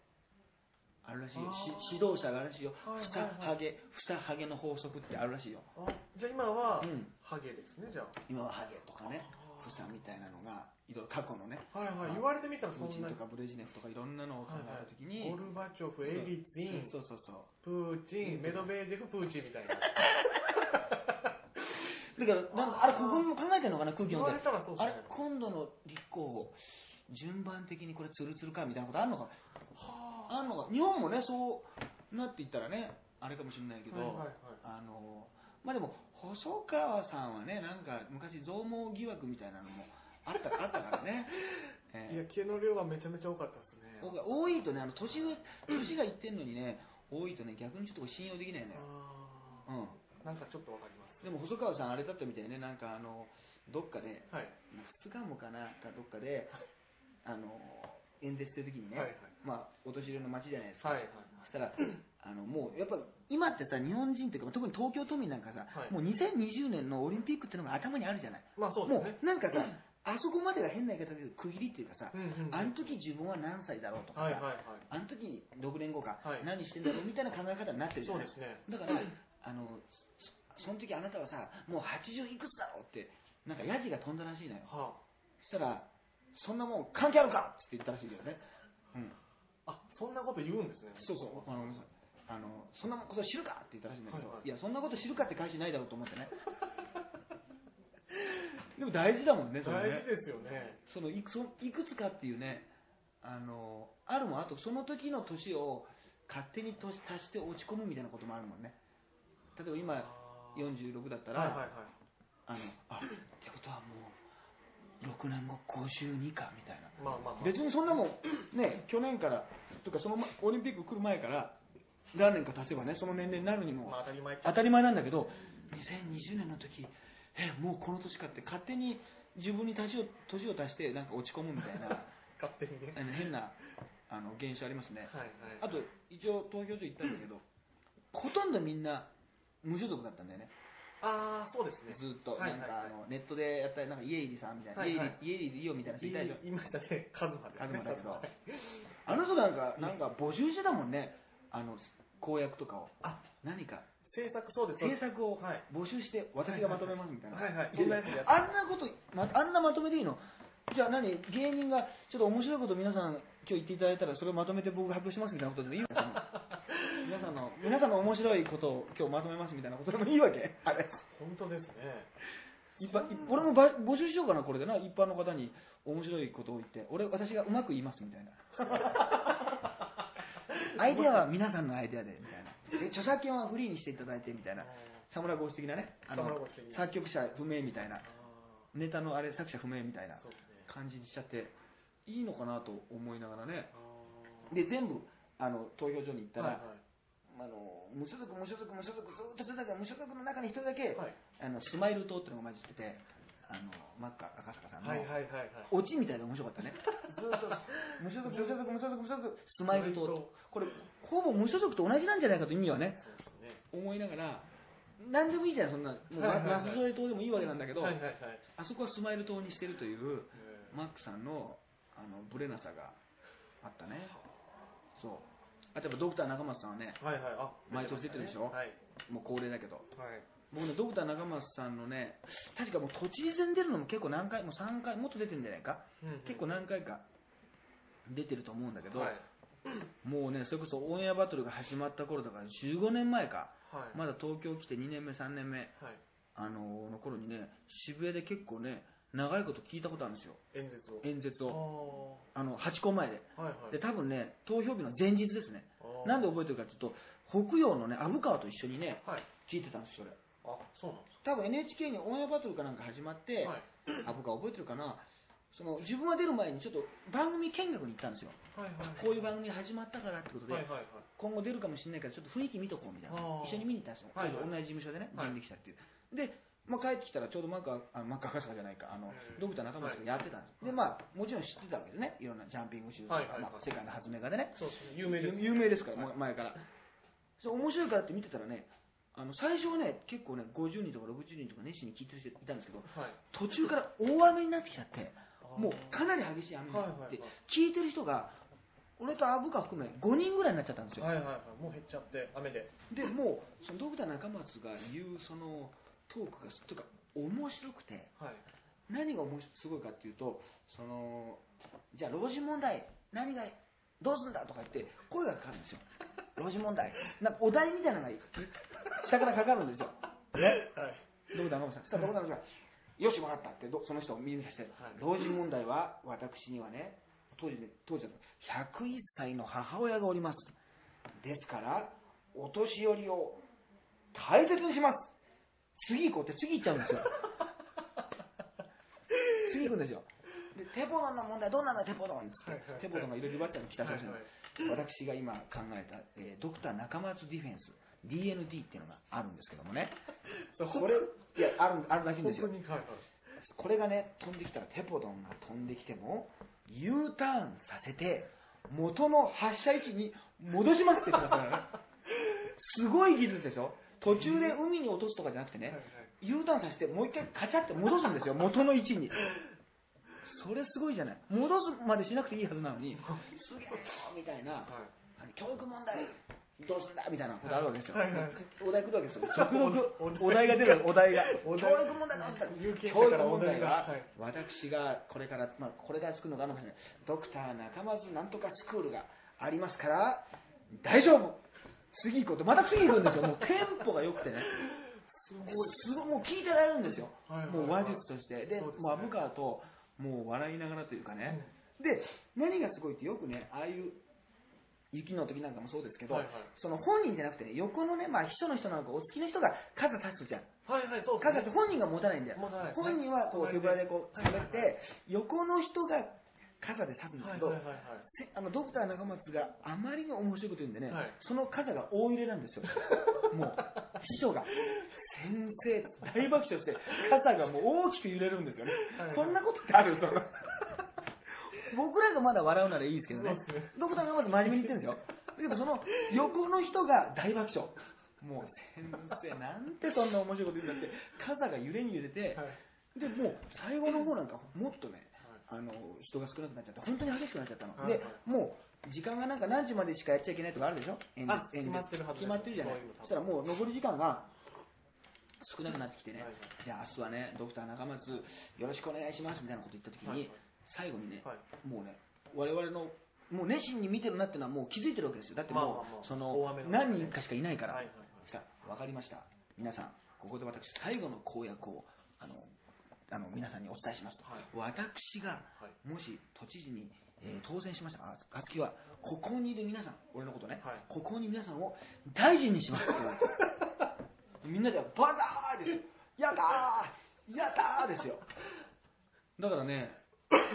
Speaker 1: あるらしいよ
Speaker 2: あー
Speaker 1: し指導者があるらしいよ、
Speaker 2: はい
Speaker 1: ふさ
Speaker 2: はいはい
Speaker 1: ハゲ、ふさハゲの法則ってあるらしいよ、
Speaker 2: あじゃあ今は、
Speaker 1: うん
Speaker 2: ハゲですね、じゃあ。
Speaker 1: 今はハゲとかね、
Speaker 2: あ
Speaker 1: ふ
Speaker 2: ー
Speaker 1: さみたいなのが、いろいろ過去のね、
Speaker 2: はいはい、
Speaker 1: まあ
Speaker 2: 言われてみた
Speaker 1: プ
Speaker 2: らそ
Speaker 1: ーチ
Speaker 2: ん
Speaker 1: ン
Speaker 2: な
Speaker 1: と
Speaker 2: に。
Speaker 1: かブレジネフとかいろんなのを考えたときに、
Speaker 2: ゴルバチョフ、エリツィン、
Speaker 1: そうそうそう。
Speaker 2: プーチン、メドベージェフ、プーチンみたいな。
Speaker 1: だから、なんかあれ、国民も考えてるのかな、空気
Speaker 2: 言
Speaker 1: 読ん
Speaker 2: わ
Speaker 1: で
Speaker 2: れ。たらそうです
Speaker 1: あれ
Speaker 2: ね。
Speaker 1: 今度の立候補、順番的にこれ、つるつるかみたいなことあるのか、
Speaker 2: は
Speaker 1: あんのか日本もね、そうなっていったらね、あれかもしれないけど、
Speaker 2: はいはいはい
Speaker 1: あのまあ、でも、細川さんはね、なんか昔、増毛疑惑みたいなのもあったあったから ね、え
Speaker 2: いや
Speaker 1: え、
Speaker 2: 毛の量がめちゃめちゃ多かったですね。
Speaker 1: 僕は多いとね、あの年上年がいってんのにね、多いとね、逆にちょっと信用できないのよ。
Speaker 2: あ
Speaker 1: うん
Speaker 2: ーなんかちょっとわかります。
Speaker 1: でも細川さん、あれだったみたいね、なんかあのどっかで
Speaker 2: はい。
Speaker 1: 2日もかなかどっかで、あの演説してる時にね、
Speaker 2: はいはい
Speaker 1: まあ、お年寄りの街じゃないですか、
Speaker 2: はいはい。
Speaker 1: そしたら、あのもうやっぱり今ってさ、日本人というか、特に東京都民なんかさ、
Speaker 2: はい
Speaker 1: もう2020年のオリンピックっていうのが頭にあるじゃない、
Speaker 2: まあそうですね
Speaker 1: も。うなんかさ、あそこまでが変な言い方で区切りっていうかさ、
Speaker 2: うんうんうん
Speaker 1: あの時自分は何歳だろうとかさ、
Speaker 2: はいはいは
Speaker 1: あの時6年後か、
Speaker 2: はい
Speaker 1: 何してんだろうみたいな考え方になってる
Speaker 2: い。
Speaker 1: じゃ
Speaker 2: そう
Speaker 1: ない
Speaker 2: ですね。
Speaker 1: だから、あのそその時あなたはさ、もう80いくつだろうって、なんかヤジが飛んだらしいのよ。
Speaker 2: は
Speaker 1: そしたら、そんなもん関係あるかって言ったらしいけどね。うん。
Speaker 2: あ。あ、そんなこと言うんですね。
Speaker 1: そうそう。あの、あのそんなこと知るかって言ったらしいんだけど、
Speaker 2: はいいはい
Speaker 1: や、そんなこと知るかって返しないだろうと思ってね。 でも大事だもんね、その
Speaker 2: 大
Speaker 1: ね
Speaker 2: 事。ですよね。
Speaker 1: そのいくそいくつかっていうね、あの、あるもん、あとその時の年を勝手に年足して落ち込むみたいなこともあるもんね。例えば今、
Speaker 2: あー
Speaker 1: 46だったら、
Speaker 2: はいはいはい。
Speaker 1: あの、あ、ってことはもう、 6年後52かみたいな
Speaker 2: まあまあまあ。
Speaker 1: 別にそんなもんね去年からとかそのまオリンピック来る前から何年か経てばねその年齢になるにも
Speaker 2: まあ当たり前っちゃ
Speaker 1: 当たり前なんだけど2020年の時えもうこの年かって勝手に自分に年を年を足してなんか落ち込むみたい な
Speaker 2: 勝手にね。
Speaker 1: あの変なあの現象ありますね
Speaker 2: はいはい。
Speaker 1: あと一応投票所行ったんだけどほとんどみんな無所属だったんだよね
Speaker 2: ああ、そうですね。
Speaker 1: ずっと
Speaker 2: は
Speaker 1: な
Speaker 2: いはい
Speaker 1: ん
Speaker 2: は
Speaker 1: か
Speaker 2: い
Speaker 1: あのネットでやったりなんか家入さんみたいな
Speaker 2: はい
Speaker 1: 家
Speaker 2: はい
Speaker 1: 入家入いいよみたいな人いたでしょ
Speaker 2: 言いましたね。カズマです
Speaker 1: カズ
Speaker 2: ね
Speaker 1: マだけどあの人なんかなんか募集してたもんねあの公約とかを
Speaker 2: あ、
Speaker 1: 何か
Speaker 2: 制作そうです。
Speaker 1: 政策を
Speaker 2: はい
Speaker 1: 募集して私がまとめますみたいな、
Speaker 2: はいはい
Speaker 1: で
Speaker 2: そんなやつやって
Speaker 1: あんなこと、ま、あんなまとめでいいのじゃあ何芸人がちょっと面白いこと皆さん今日言っていただいたらそれをまとめて僕発表しますみたいなことでもい いのその皆さんの皆さんの面白いことを今日まとめますみたいなことでもいいわけあれ
Speaker 2: 本当ですね。
Speaker 1: 一般俺もば募集しようかなこれでな一般の方に面白いことを言って俺私がうまく言いますみ たいなアイデアは皆さんのアイデアでみたいなで著作権はフリーにしていただいてみたいなサムラゴシ的なね、あの
Speaker 2: サムラゴシ的な
Speaker 1: 作曲者不明みたいな
Speaker 2: あ、ー
Speaker 1: ネタのあれ作者不明みたいな
Speaker 2: そうですね。
Speaker 1: 感じにしちゃって、いいのかなと思いながらね、
Speaker 2: あー
Speaker 1: で、全部あの投票所に行ったら、
Speaker 2: はいは
Speaker 1: あの無所属、無所属、無所属、ずっと出てたから、無所属の中に一人だけ、
Speaker 2: いはい
Speaker 1: あのスマイル党ってのが混じってて、あのマッカ赤坂さんの、
Speaker 2: はいはいはいはい。
Speaker 1: オチみたいで面白かった ね、ずっと無所属、無所属、無所属、無所属、スマイル党と、これ、ほぼ無所属と同じなんじゃないかと意味はね。
Speaker 2: そうですね。
Speaker 1: 思いながら、何でもいいじゃん、そんな、もう
Speaker 2: はいはいはい
Speaker 1: ナス添え島でもいいわけなんだけど、
Speaker 2: はいはいはい。
Speaker 1: あそこはスマイル島にしてるという、
Speaker 2: えー
Speaker 1: マックさんのあのブレなさがあったね、そう、あとやっぱドクター中松さんはね、
Speaker 2: はいはい。あ、
Speaker 1: 毎年出てるでしょ
Speaker 2: はい。
Speaker 1: もう高齢だけど、
Speaker 2: はい。
Speaker 1: 僕ね、ドクター中松さんのね、確かもう都知事選出るのも結構何回、もう3回、もっと出てるんじゃないか、
Speaker 2: うんうん
Speaker 1: 結構何回か出てると思うんだけど、
Speaker 2: はい。
Speaker 1: もうね、それこそオンエアバトルが始まった頃だから、15年前か、
Speaker 2: はい。
Speaker 1: まだ東京来て2年目、3年目。
Speaker 2: はい。
Speaker 1: あのの頃にね渋谷で結構ね長いこと聞いたことあるんですよ
Speaker 2: 演説を。
Speaker 1: 演説を
Speaker 2: を。
Speaker 1: あの8個前で
Speaker 2: ああ。はいはい。
Speaker 1: で多分ね投票日の前日ですね
Speaker 2: あー
Speaker 1: なんで覚えてるかっていうと北洋のね虻川と一緒にね
Speaker 2: はい。
Speaker 1: 聞いてたんですよそれ
Speaker 2: あ、そうなんです
Speaker 1: 多分 NHK にオンエアバトルかなんか始まって
Speaker 2: か。はい。
Speaker 1: 虻川、覚えてるかなその自分は出る前にちょっと番組見学に行ったんですよ
Speaker 2: はいはい。
Speaker 1: こういう番組始まったからってことで、
Speaker 2: はいはいはい。
Speaker 1: 今後出るかもしれないからちょっと雰囲気見とこうみたいな
Speaker 2: あー
Speaker 1: 一緒に見に行ったんですよ、
Speaker 2: はいはい
Speaker 1: 同じ事務所でね
Speaker 2: は
Speaker 1: 準
Speaker 2: い
Speaker 1: 備来たっていう、で、まあ、帰ってきたらちょうどマックあマック赤坂じゃないかあの
Speaker 2: うん
Speaker 1: ドクター中村さんがやってたんです、
Speaker 2: はい
Speaker 1: でまあもちろん知ってたわけですねいろんなジャンピングシューズとか、
Speaker 2: はいはいはい
Speaker 1: まあ、世界の発明家でね
Speaker 2: そうですね。有名ですね。
Speaker 1: 有名ですから、
Speaker 2: はい
Speaker 1: もう前からそう面白いからって見てたらねあの最初はね結構ね50人とか60人とか熱心に聞いてる人いたんですけど
Speaker 2: はい。
Speaker 1: 途中から大雨になってきちゃってもう
Speaker 2: っ
Speaker 1: かなり激しい雨にな
Speaker 2: はい
Speaker 1: っ
Speaker 2: は
Speaker 1: て、
Speaker 2: いはい。
Speaker 1: 聞いてる人が俺とアブカ含め5人ぐらいになっちゃったんですよ、
Speaker 2: はいはいはい、もう減っちゃって、雨で。
Speaker 1: でもうそのドクター中松が言うそのトークがというか面白くて
Speaker 2: はい。
Speaker 1: 何が面白すごいかっていうとそのじゃあ老人問題何がどうすんだとか言って声がかかるんですよ老人問題なんかお題みたいなのが下からかかるんですよね
Speaker 2: はい。
Speaker 1: ドクター中松さんそしたらドクター中松さんがよし分かったってどその人を見にさせて、
Speaker 2: はい
Speaker 1: 老人問題は私にはね当時ね当時だと101歳の母親がおりますですから、お年寄りを大切にします。次行こうって、次行っちゃうんです よ。次行くんですよ。で、テポドンの問題どうなんだ、テポドンっつって、
Speaker 2: はいはいはい
Speaker 1: テポドンがいろいろバッチャに来た
Speaker 2: はい
Speaker 1: 話
Speaker 2: はい
Speaker 1: なの、私が今考えた、えードクター中松ディフェンス、DND っていうのがあるんですけどもね。
Speaker 2: そう
Speaker 1: これ、いや、あるあるらしいん
Speaker 2: 本
Speaker 1: です
Speaker 2: 当
Speaker 1: よ。
Speaker 2: に、はいはい。
Speaker 1: これがね、飛んできたら、テポドンが飛んできても、U ターンさせて、元の発射位置に戻しますって言ってますからね。すごい技術でしょ途中で海に落とすとかじゃなくて
Speaker 2: はいは
Speaker 1: ね
Speaker 2: い、
Speaker 1: U ターンさせて、もう一回カチャって戻すんですよ、元の位置に。それすごいじゃない。戻すまでしなくていいはずなのに、すげえみたいな、
Speaker 2: はい
Speaker 1: 教育問題、どうすんだみたいなことあるわけですよ
Speaker 2: はいはい。
Speaker 1: お題来るわけですよ。続々
Speaker 2: お
Speaker 1: お題
Speaker 2: 題、
Speaker 1: が出る、お題が。
Speaker 2: お
Speaker 1: 教
Speaker 2: 題
Speaker 1: 育問題があった
Speaker 2: 有権
Speaker 1: 教育
Speaker 2: 者からお
Speaker 1: 問
Speaker 2: 題
Speaker 1: 題
Speaker 2: が
Speaker 1: は
Speaker 2: はい、
Speaker 1: 私がこれから、まあ、これから作るのかあるのかもしれない。ドクター中松なんとかスクールがありますから、大丈夫次行こうと、また次行くんですよ。もうテンポが良くてね。すごい。すごい、もう聞いてられるんですよ。
Speaker 2: はいはいはい
Speaker 1: もう話術として。で、
Speaker 2: そうですね
Speaker 1: もう虻川と、もう笑いながらというかね。で、何がすごいってよくね、ああいう雪の時なんかもそうですけど、
Speaker 2: はいはい
Speaker 1: その本人じゃなくてね、横のね、まあ秘書の人なんかお好きな人が傘差すじゃん。
Speaker 2: はいはい、そうで
Speaker 1: 感
Speaker 2: す
Speaker 1: 覚
Speaker 2: ね。
Speaker 1: 本人が持たないんだよ。
Speaker 2: 持たないですね
Speaker 1: 本人はこう、手ぶらで
Speaker 2: 隣で
Speaker 1: こう、
Speaker 2: はい
Speaker 1: 喋って、横の人が傘で刺すんだけ
Speaker 2: はい
Speaker 1: ど、
Speaker 2: はいはいは
Speaker 1: せ
Speaker 2: い。
Speaker 1: あのドクター中松があまりに面白いこと言うんでね、
Speaker 2: はい
Speaker 1: その肩が大入れなんですよ。も う、師匠が、先生、大爆笑して、肩がもう大きく揺れるんですよね。
Speaker 2: はい
Speaker 1: そんなことってあるその 僕らがまだ笑うならいいですけどね
Speaker 2: そうですね。
Speaker 1: ドクター中松真面目に言ってるんですよ。だけどその横の人が大爆笑。もう先生、なんてそんな面白いこと言うんだって、肩が揺れに揺れて、
Speaker 2: はい。
Speaker 1: で、もう最後の方なんかもっとね、あの人が少なくなっちゃって、本当に激しくなっちゃったの。
Speaker 2: はい
Speaker 1: で、もう時間がなんか何時までしかやっちゃいけないとかあるでしょ演説
Speaker 2: あ
Speaker 1: 演説
Speaker 2: 決まって
Speaker 1: 決まってるじ
Speaker 2: るはずです
Speaker 1: ゃない
Speaker 2: そういうの。
Speaker 1: そしたらもう残り時間が少なくなってきてね、
Speaker 2: はいはい
Speaker 1: じゃあ明日はね、ドクター中松、よろしくお願いしますみたいなこと言ったときに、
Speaker 2: はいはい
Speaker 1: 最後にね、
Speaker 2: はい
Speaker 1: もうね、我々のもう熱心に見てるなってのはもう気づいてるわけですよ。だってもう、
Speaker 2: まあまあまあ
Speaker 1: その
Speaker 2: 大雨の中ね
Speaker 1: 何人かしかいないから。
Speaker 2: はいはいはい
Speaker 1: さあ、わかりました。皆さん、ここで私、最後の公約を、あの、あの皆さんにお伝えしますと。
Speaker 2: はい
Speaker 1: 私が、
Speaker 2: はい
Speaker 1: もし都知事に、えー当選しましたら、あきは、ここにいる皆さん、俺のことね、
Speaker 2: はい
Speaker 1: ここに皆さんを大臣にしますって言われて、みんなで、バザーですよ。やだーやだーですよ。だからね、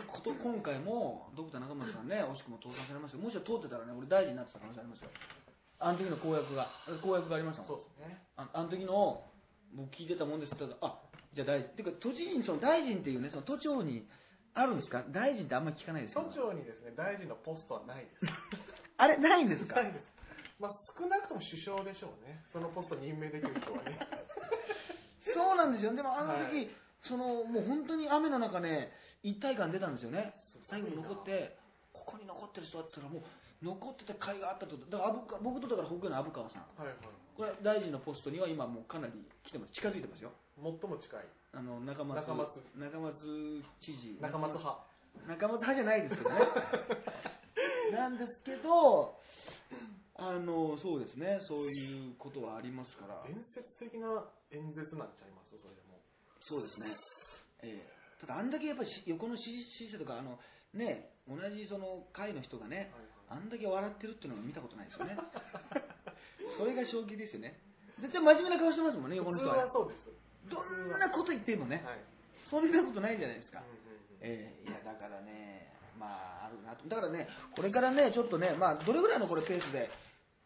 Speaker 1: こと今回も、ドクター中村さんね、惜しくも当選されましたけどもし通ってたらね、俺大臣になってた可能性ありますよ。あの時の公約が、公約がありましたもん。
Speaker 2: そうですね。
Speaker 1: ああの時の僕聞いてたもんですけどただあじゃあ大臣っていうか都知事にその大臣っていうねその都庁にあるんですか大臣ってあんまり聞かないですけ
Speaker 2: 都
Speaker 1: ど
Speaker 2: 庁にですね、大臣のポストはないです。
Speaker 1: あれないんですか
Speaker 2: ないです。まあ少なくとも首相でしょうね。そのポストに任命できる人はね。
Speaker 1: そうなんですよでもあの時、
Speaker 2: はい
Speaker 1: そのもう本当に雨の中ね一体感出たんですよね
Speaker 2: す
Speaker 1: 最
Speaker 2: ごいな
Speaker 1: 後に残ってここに残ってる人だったらもう残ってた甲斐があったってことだから阿部か僕とだから北海の虻川さん
Speaker 2: はいはい。
Speaker 1: これ大臣のポストには今もうかなり来てます近づいてますよ
Speaker 2: 最も近い。
Speaker 1: あの中松
Speaker 2: 中松
Speaker 1: 中松知事
Speaker 2: 中松派。
Speaker 1: 仲間と派じゃないですけど ねなんですけどあのそうですねそういうことはありますから
Speaker 2: 伝説的な演説なんちゃいますそれでも。
Speaker 1: そうですね、ええただあんだけやっぱりし横の支持者とかあのね同じその会の人がねあんだけ笑ってるっていうのを見たことないです よねそれが正気ですよね絶対真面目な顔してますもんね横
Speaker 2: 普
Speaker 1: の
Speaker 2: 通
Speaker 1: 人は
Speaker 2: はそうです。
Speaker 1: どんなこと言ってもね
Speaker 2: はい。
Speaker 1: そんなことないじゃないです
Speaker 2: うん
Speaker 1: か
Speaker 2: うんうん
Speaker 1: えーいやだからね、まあ、あるなと、だからね、これからね、ちょっとね、まあ、どれぐらいのこれペースで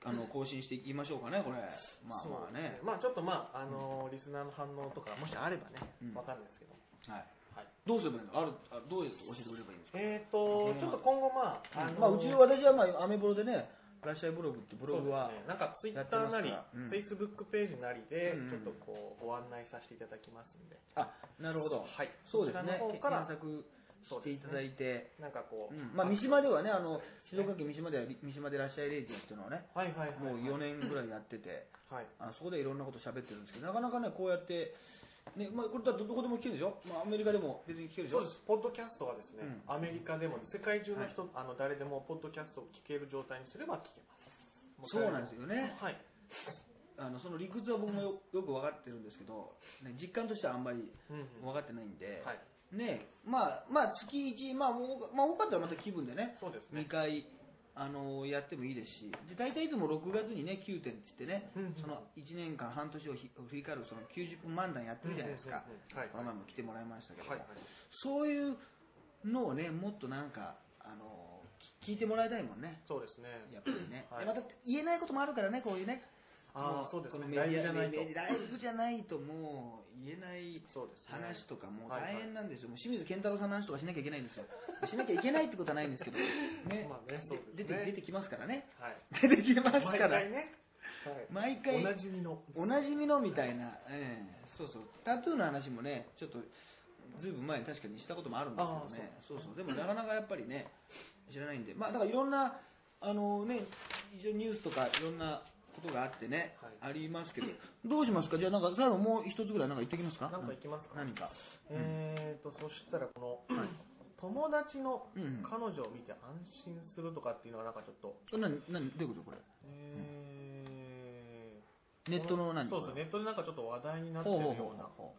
Speaker 1: あの更新していきましょうかね、これ、まあ
Speaker 2: そう
Speaker 1: まあ
Speaker 2: です
Speaker 1: ね、
Speaker 2: まあちょっとまあ、あのーリスナーの反応とか、もしあればね
Speaker 1: うん、
Speaker 2: わかんないですけど。
Speaker 1: はい、
Speaker 2: はい。
Speaker 1: どうすればいいのあるあどうやって教えてくれればいいんですか、
Speaker 2: えーと、ちょっと今後まあ、あのー
Speaker 1: まあ、うち、私は、まあ、アメブロでね、ラッシャイブログってブログは
Speaker 2: そうですね、なんかツイ
Speaker 1: やっ
Speaker 2: ッ
Speaker 1: て
Speaker 2: タ
Speaker 1: ます
Speaker 2: ー
Speaker 1: か
Speaker 2: な
Speaker 1: ら
Speaker 2: り、
Speaker 1: うん
Speaker 2: フェイスブックページなりで、
Speaker 1: うんうん
Speaker 2: ちょっとこう、ご案内させていただきますんで。
Speaker 1: あなるほど、
Speaker 2: はい。
Speaker 1: そうですね、
Speaker 2: こちらの
Speaker 1: け
Speaker 2: 方か
Speaker 1: 検
Speaker 2: ら、
Speaker 1: 索していただいて、
Speaker 2: なんかこう、
Speaker 1: うんまあ、三島ではね、あの
Speaker 2: そう
Speaker 1: 静
Speaker 2: ですね
Speaker 1: 岡県三島では、三島でラッシャイレイジオっていうのをね、
Speaker 2: はいはいはい。
Speaker 1: もう4年ぐらいやってて。
Speaker 2: はい。
Speaker 1: あそこでいろんなこと喋ってるんですけど、なかなかね、こうやって、ね、まあ、これだってどこでも聞けるでしょ、まあ、アメリカでも別に聞けるでし
Speaker 2: そう
Speaker 1: ょ
Speaker 2: で、す。ポッドキャストはですね、
Speaker 1: うん
Speaker 2: アメリカでも世界中の人、あの誰でもポッドキャストを聞ける状態にすれば聞けます。
Speaker 1: そうなんですよね
Speaker 2: はい。
Speaker 1: あのその理屈は僕もよよく分かってるんですけど、ね、実感としてはあんまり
Speaker 2: うん、うん。
Speaker 1: 分かってないんで、
Speaker 2: はい。
Speaker 1: ねまあ、まあ、月1、まあ多かまあ、多かったらまた気分でね、
Speaker 2: そうですね
Speaker 1: 2。回。あのやってもいいですしで大体いつも6月にね9点って言ってね、
Speaker 2: うんうん
Speaker 1: その1年間半年をひ振り返るその90分漫談やってるじゃないですか、
Speaker 2: うんうんうんはい
Speaker 1: この前も来てもらいましたけど、
Speaker 2: はい。
Speaker 1: そういうのをね、もっとなんか、あのき聞いてもらいたいもんね、
Speaker 2: そうですね。
Speaker 1: やっぱりね。
Speaker 2: は
Speaker 1: で
Speaker 2: い
Speaker 1: また言えないこともあるからね、こういうね。も
Speaker 2: ああ、そうです
Speaker 1: この。
Speaker 2: ね
Speaker 1: メディア
Speaker 2: ライブじゃないと
Speaker 1: メ。ディアライブじゃないともう言えない
Speaker 2: そうですね。
Speaker 1: 話とかもう
Speaker 2: はいはい
Speaker 1: 大変なんですよ。もう清水健太郎さんの話とかしなきゃいけないんですよ。しなきゃいけないってことはないんですけ ど、ね。
Speaker 2: まあねそうです
Speaker 1: 出
Speaker 2: ね
Speaker 1: て、出てきますから ね。
Speaker 2: はい。
Speaker 1: 出てきますか
Speaker 2: 毎
Speaker 1: ら。
Speaker 2: 回ね。はい。
Speaker 1: 毎回
Speaker 2: おなじみの。
Speaker 1: おなじみのみたいな、ええそうそう、タトゥーの話もね、ちょっと、ずいぶん前に確かにしたこともあるんですけどね、そうそう、でもなかなかやっぱりね、知らないんで、まあ、だからいろんな、あのね、一応ニュースとかいろんなことがあってね、
Speaker 2: は
Speaker 1: ありますけど、どうしますか、じゃあ、なんか、最後もう一つぐらい、なんか言ってきますか、
Speaker 2: なんか行きますか。
Speaker 1: 何か、
Speaker 2: えーと、そしたらこの、友達の
Speaker 1: うんうん、
Speaker 2: 彼女を見て安心するとかっていうのはなんかちょっと、
Speaker 1: な何どういうこと、これ、
Speaker 2: え
Speaker 1: ネットの何
Speaker 2: ー、そうですね、ネットでなんかちょっと話題になってる
Speaker 1: ほうほう
Speaker 2: よ
Speaker 1: ほ
Speaker 2: う
Speaker 1: う
Speaker 2: な。
Speaker 1: ほ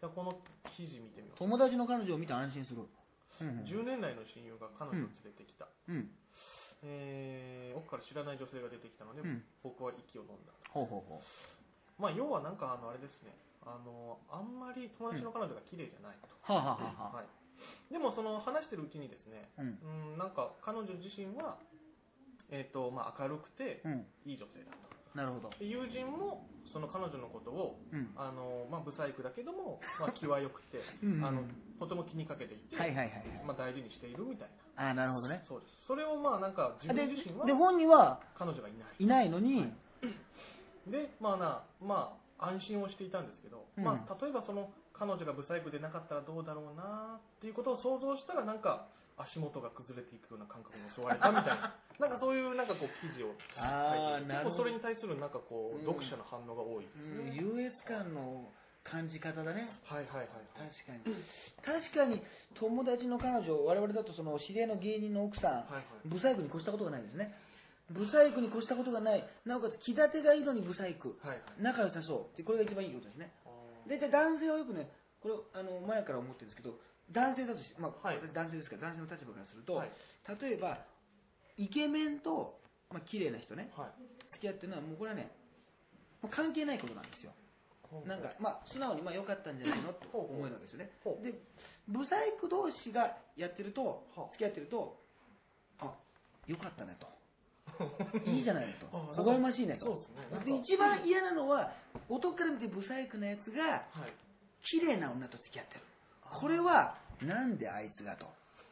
Speaker 2: じゃあこの記事見てみ
Speaker 1: う
Speaker 2: ます。
Speaker 1: 友達の彼女を見て安心する。うんうん
Speaker 2: 10年来の親友が彼女を連れてきた。
Speaker 1: うん、
Speaker 2: えー、奥から知らない女性が出てきたので、
Speaker 1: うん
Speaker 2: 僕は息を飲んだ。
Speaker 1: ほうほうほ
Speaker 2: まあ、要はなんかあの、あれですね、ああのあんまり友達の彼女が綺麗じゃないと、
Speaker 1: はあ、はあはあはあ
Speaker 2: はい、でもその話してるうちにですね
Speaker 1: うん
Speaker 2: うんなんか彼女自身は、えーとまあ、明るくて
Speaker 1: うん
Speaker 2: いい女性だと
Speaker 1: なるほど
Speaker 2: で友人もその彼女のことを
Speaker 1: うん
Speaker 2: あの、まあ、不細工だけども、 まあ、気は良くて
Speaker 1: うん
Speaker 2: あのとても気にかけていて、
Speaker 1: はいはいはいはい
Speaker 2: まあ、大事にしているみたいな
Speaker 1: ああなるほどね
Speaker 2: そうですそれをまあなんか自
Speaker 1: で
Speaker 2: 分自身は
Speaker 1: で本人は
Speaker 2: 彼女がいない
Speaker 1: いないのに、
Speaker 2: はいでまあなまあ安心をしていたんですけど、
Speaker 1: うん
Speaker 2: まあ、例えばその彼女が不細工でなかったらどうだろうなっていうことを想像したらなんか足元が崩れていくような感覚に襲われたみたい ななんかそういうなんかこう記事を書
Speaker 1: あ
Speaker 2: い
Speaker 1: あ
Speaker 2: て
Speaker 1: なる
Speaker 2: 結構
Speaker 1: ほ
Speaker 2: そ
Speaker 1: ど、
Speaker 2: れに対するなんかこ
Speaker 1: う
Speaker 2: う、
Speaker 1: ん
Speaker 2: 読者の反応が多いで
Speaker 1: う
Speaker 2: すね、
Speaker 1: ん、優越感の感じ方だね
Speaker 2: はいはいはいはい
Speaker 1: 確かに確かに友達の彼女我々だとその知り合いの芸人の奥さん、
Speaker 2: はいはい
Speaker 1: ブサイクに越したことがないですねブサイクに越したことがないなおかつ気立てがいいのにブサイク
Speaker 2: はいはい
Speaker 1: 仲良さそうでこれが一番いいことですね
Speaker 2: あー
Speaker 1: 大体男性はよくねこれあの前から思ってるんですけど男性だとし、まあ
Speaker 2: はい
Speaker 1: 男性ですから男性の立場からすると、
Speaker 2: はい
Speaker 1: 例えばイケメンと、まあ綺麗な人ね
Speaker 2: はい
Speaker 1: 付き合ってるのはもうこれはねもう関係ないことなんですよなんか、まあ、素直にまあ良かったんじゃないのと思えるわけですよね。
Speaker 2: ほう
Speaker 1: で、ブサイク同士がやってると
Speaker 2: はあ、
Speaker 1: 付き合ってると、あ、良かったねと。いいじゃないのと
Speaker 2: あなん。か
Speaker 1: 微笑ましいね
Speaker 2: そう
Speaker 1: と
Speaker 2: で。すねなんか
Speaker 1: で一番嫌なのは、男から見てブサイクなやつが、
Speaker 2: はい
Speaker 1: 綺麗な女と付き合ってる。これは、なんであいつがと。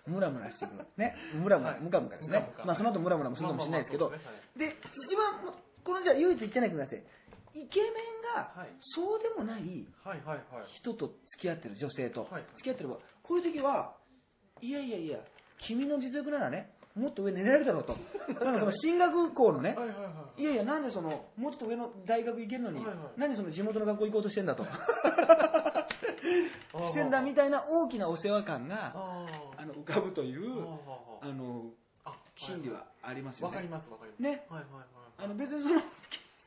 Speaker 1: ムラムラしてくる。ね。ムラム
Speaker 2: は
Speaker 1: ラ、
Speaker 2: い
Speaker 1: ムカムカです
Speaker 2: ムカ
Speaker 1: ね
Speaker 2: ム。カ
Speaker 1: まあ、その後ムラムラもするかもしれないですけど、
Speaker 2: まあまあまあ
Speaker 1: で、一番、まこのじゃあ唯一言ってないください。イケメンが、
Speaker 2: はい
Speaker 1: そうでもない
Speaker 2: そうですねはいはいはいはい
Speaker 1: 人と付き合ってる女性と
Speaker 2: はい
Speaker 1: 付き合ってれば、こういう時は、いやいやいや、君の実力ならね、もっと上狙えるだろう と。なんかその進学校のね、
Speaker 2: はいはいはい
Speaker 1: いやいや、なんでその、もっと上の大学行けるのに、
Speaker 2: はいはい
Speaker 1: なんでその地元の学校行こうとしてんだと。
Speaker 2: あー
Speaker 1: してんだみたいな大きなお世話感が、
Speaker 2: あー
Speaker 1: あの、浮かぶという、
Speaker 2: はあはあはあ
Speaker 1: あの、
Speaker 2: あ
Speaker 1: 心理はありますよ
Speaker 2: わ
Speaker 1: ね。
Speaker 2: かりますわかります。
Speaker 1: ね。
Speaker 2: はいはい
Speaker 1: あ
Speaker 2: はい。
Speaker 1: の、別にその、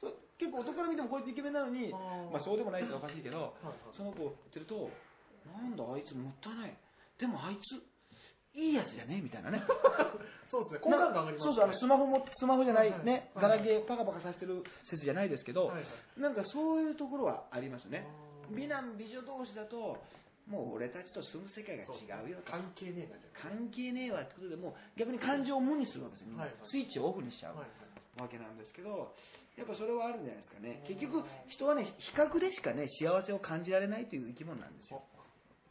Speaker 1: そう結構男から見てもこいつイケメンなのに、
Speaker 2: あー
Speaker 1: まあそうでもないっておかしいけど、
Speaker 2: はいはい
Speaker 1: その子を言ってると、なんだあいつもったいない。でもあいつ、いいやつじゃねみたいなね。
Speaker 2: そうですね。好感度上がります
Speaker 1: そ
Speaker 2: ね。
Speaker 1: うそう、あのスマホも、スマホじゃない
Speaker 2: はい、はい
Speaker 1: ね、
Speaker 2: はい
Speaker 1: ガラケーパカパカさせてる説じゃないですけど、
Speaker 2: はいはい
Speaker 1: なんかそういうところはありますね。
Speaker 2: あー
Speaker 1: 美男美女同士だと、もう俺たちと住む世界が
Speaker 2: そう
Speaker 1: 違うよと。
Speaker 2: 関係ねえなじゃ
Speaker 1: 関係ねえわってことでもう逆に感情を無にするわけですよ、みんな
Speaker 2: はいはい
Speaker 1: スイッチをオフにしちゃ
Speaker 2: あ
Speaker 1: う
Speaker 2: はいはい。
Speaker 1: わけなんですけど、やっぱそれはあるんじゃないですかね、結局、人はね、比較でしかね、幸せを感じられないという生き物なんですよ。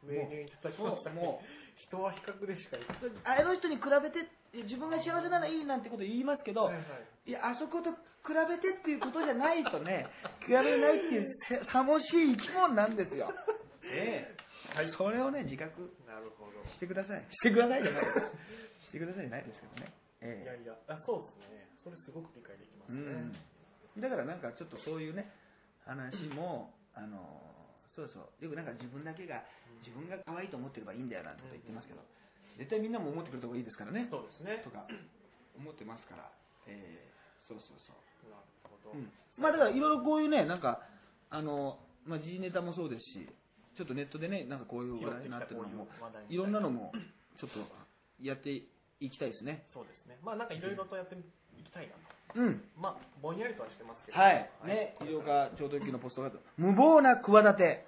Speaker 2: 名言いただきましたね。
Speaker 1: も
Speaker 2: 人は比較でしかいない。
Speaker 1: あの人に比べて、いや自分が幸せならいいなんてこと言いますけど
Speaker 2: はい、はい。
Speaker 1: いや、あそこと比べてっていうことじゃないとね、 比べれないっていうせ、さもしい生き物なんですよ。ええ
Speaker 2: はい
Speaker 1: それをね、自覚
Speaker 2: なるほど。
Speaker 1: してください。してくださいじゃない。 してくださいじゃないですけどね。
Speaker 2: いや
Speaker 1: え
Speaker 2: いや、あそうですね。それすごく理解できま
Speaker 1: え
Speaker 2: すね。
Speaker 1: うん。だからなんかちょっとそういうね、話も、あのそうそう、よくなんか自分だけが、自分が可愛いと思ってればいいんだよなんてこと言ってますけど、絶対みんなも思ってくれた方がいいですからね。
Speaker 2: そうですね
Speaker 1: と。か思ってますから、えーそうそうそ
Speaker 2: なるほど。
Speaker 1: う、うん
Speaker 2: は
Speaker 1: まあだからいろいろこういうねなんかあの、まあ、時事ネタもそうですしちょっとネットでねなんかこういう話題になってるのも
Speaker 2: 拾ってきたこういう話題みたいない
Speaker 1: ろんなのもちょっとやっていきたいですね
Speaker 2: そうですね。まあなんかいろいろとやっていきたいなと。
Speaker 1: うん
Speaker 2: まあぼんやりとはしてますけど。
Speaker 1: はい、ね、医療科超特急のポストカード、無謀な企て、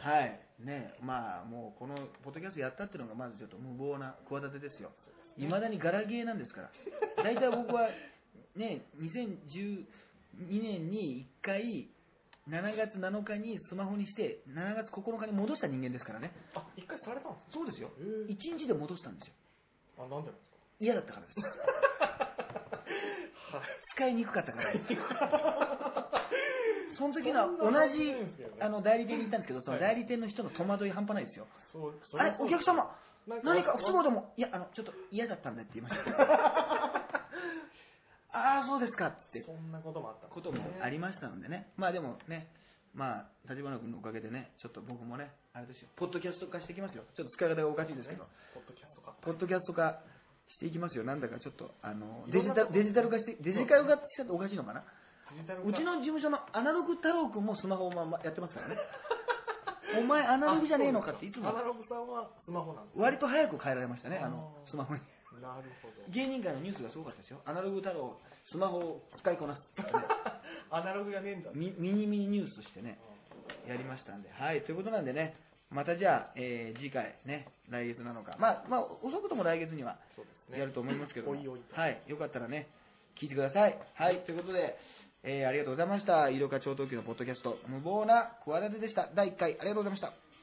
Speaker 1: はい、ね、まあ、もうこのポッドキャストやったっていうのが、まずちょっと無謀な企てですよ、いまだにガラゲーなんですから、大体僕はね、2012年に1回、7月7日にスマホにして、7月9日に戻した人間ですからね、
Speaker 2: あ、一回されたんです
Speaker 1: そうですよ、
Speaker 2: へー
Speaker 1: 1日で戻したんですよ、
Speaker 2: かあ、なんでなんです
Speaker 1: 嫌だったからです、
Speaker 2: かはい。
Speaker 1: 使いにくかったから です。その時の同
Speaker 2: そんなことない
Speaker 1: じ
Speaker 2: んですけどね
Speaker 1: あの代理店に行ったんですけど、その
Speaker 2: はい
Speaker 1: 代理店の人の戸惑い半端ないですよ。
Speaker 2: そう、そ
Speaker 1: あ
Speaker 2: れ
Speaker 1: れ、お客様、
Speaker 2: なん
Speaker 1: 何か不都合
Speaker 2: で
Speaker 1: でも、いや、あの、ちょっと嫌だったんでって言いま した。ああ、そうですかって
Speaker 2: そんなこともあったんです
Speaker 1: こ
Speaker 2: ね
Speaker 1: ともありましたのでね。まあでもね、まあ、立花君のおかげでね、ちょっと僕もね、あれですよ、ポッドキャスト化していきますよ。ちょっと使い方がおかしいですけど、
Speaker 2: ポッドキャストか。
Speaker 1: ポッドキャスト化していきますよ。なんだかちょっと、あの、
Speaker 2: い
Speaker 1: デ
Speaker 2: ろ
Speaker 1: ジ
Speaker 2: んな
Speaker 1: タ
Speaker 2: と
Speaker 1: ル、
Speaker 2: こ
Speaker 1: デジタル化して、デジタル化したっておかしいのかな
Speaker 2: デジタル化
Speaker 1: うちの事務所のアナログ太郎くんもスマホをまんまやってますからね。 お前アナログじゃねえのかっていつも
Speaker 2: アナログさんはスマホなんですね、
Speaker 1: 割と早く変えられましたね、あの
Speaker 2: あー
Speaker 1: スマホに。
Speaker 2: なるほど。
Speaker 1: 芸人界のニュースがすごかったですよ。アナログ太郎、スマホを使いこなすってね。
Speaker 2: アナログがねえんだ。
Speaker 1: ミミニミニニュースしてね、やりましたんで。はい、ということなんでね、またじゃあ、えー次回ね、来月なのか。まあ、まあ、遅くとも来月には
Speaker 2: そうですね。
Speaker 1: やると思いますけども、
Speaker 2: おいおいと
Speaker 1: はい、よかったらね、聞いてください。はい、ということで、えーありがとうございました。医療科超東急のポッドキャスト、無謀な企てでした。第1回、ありがとうございました。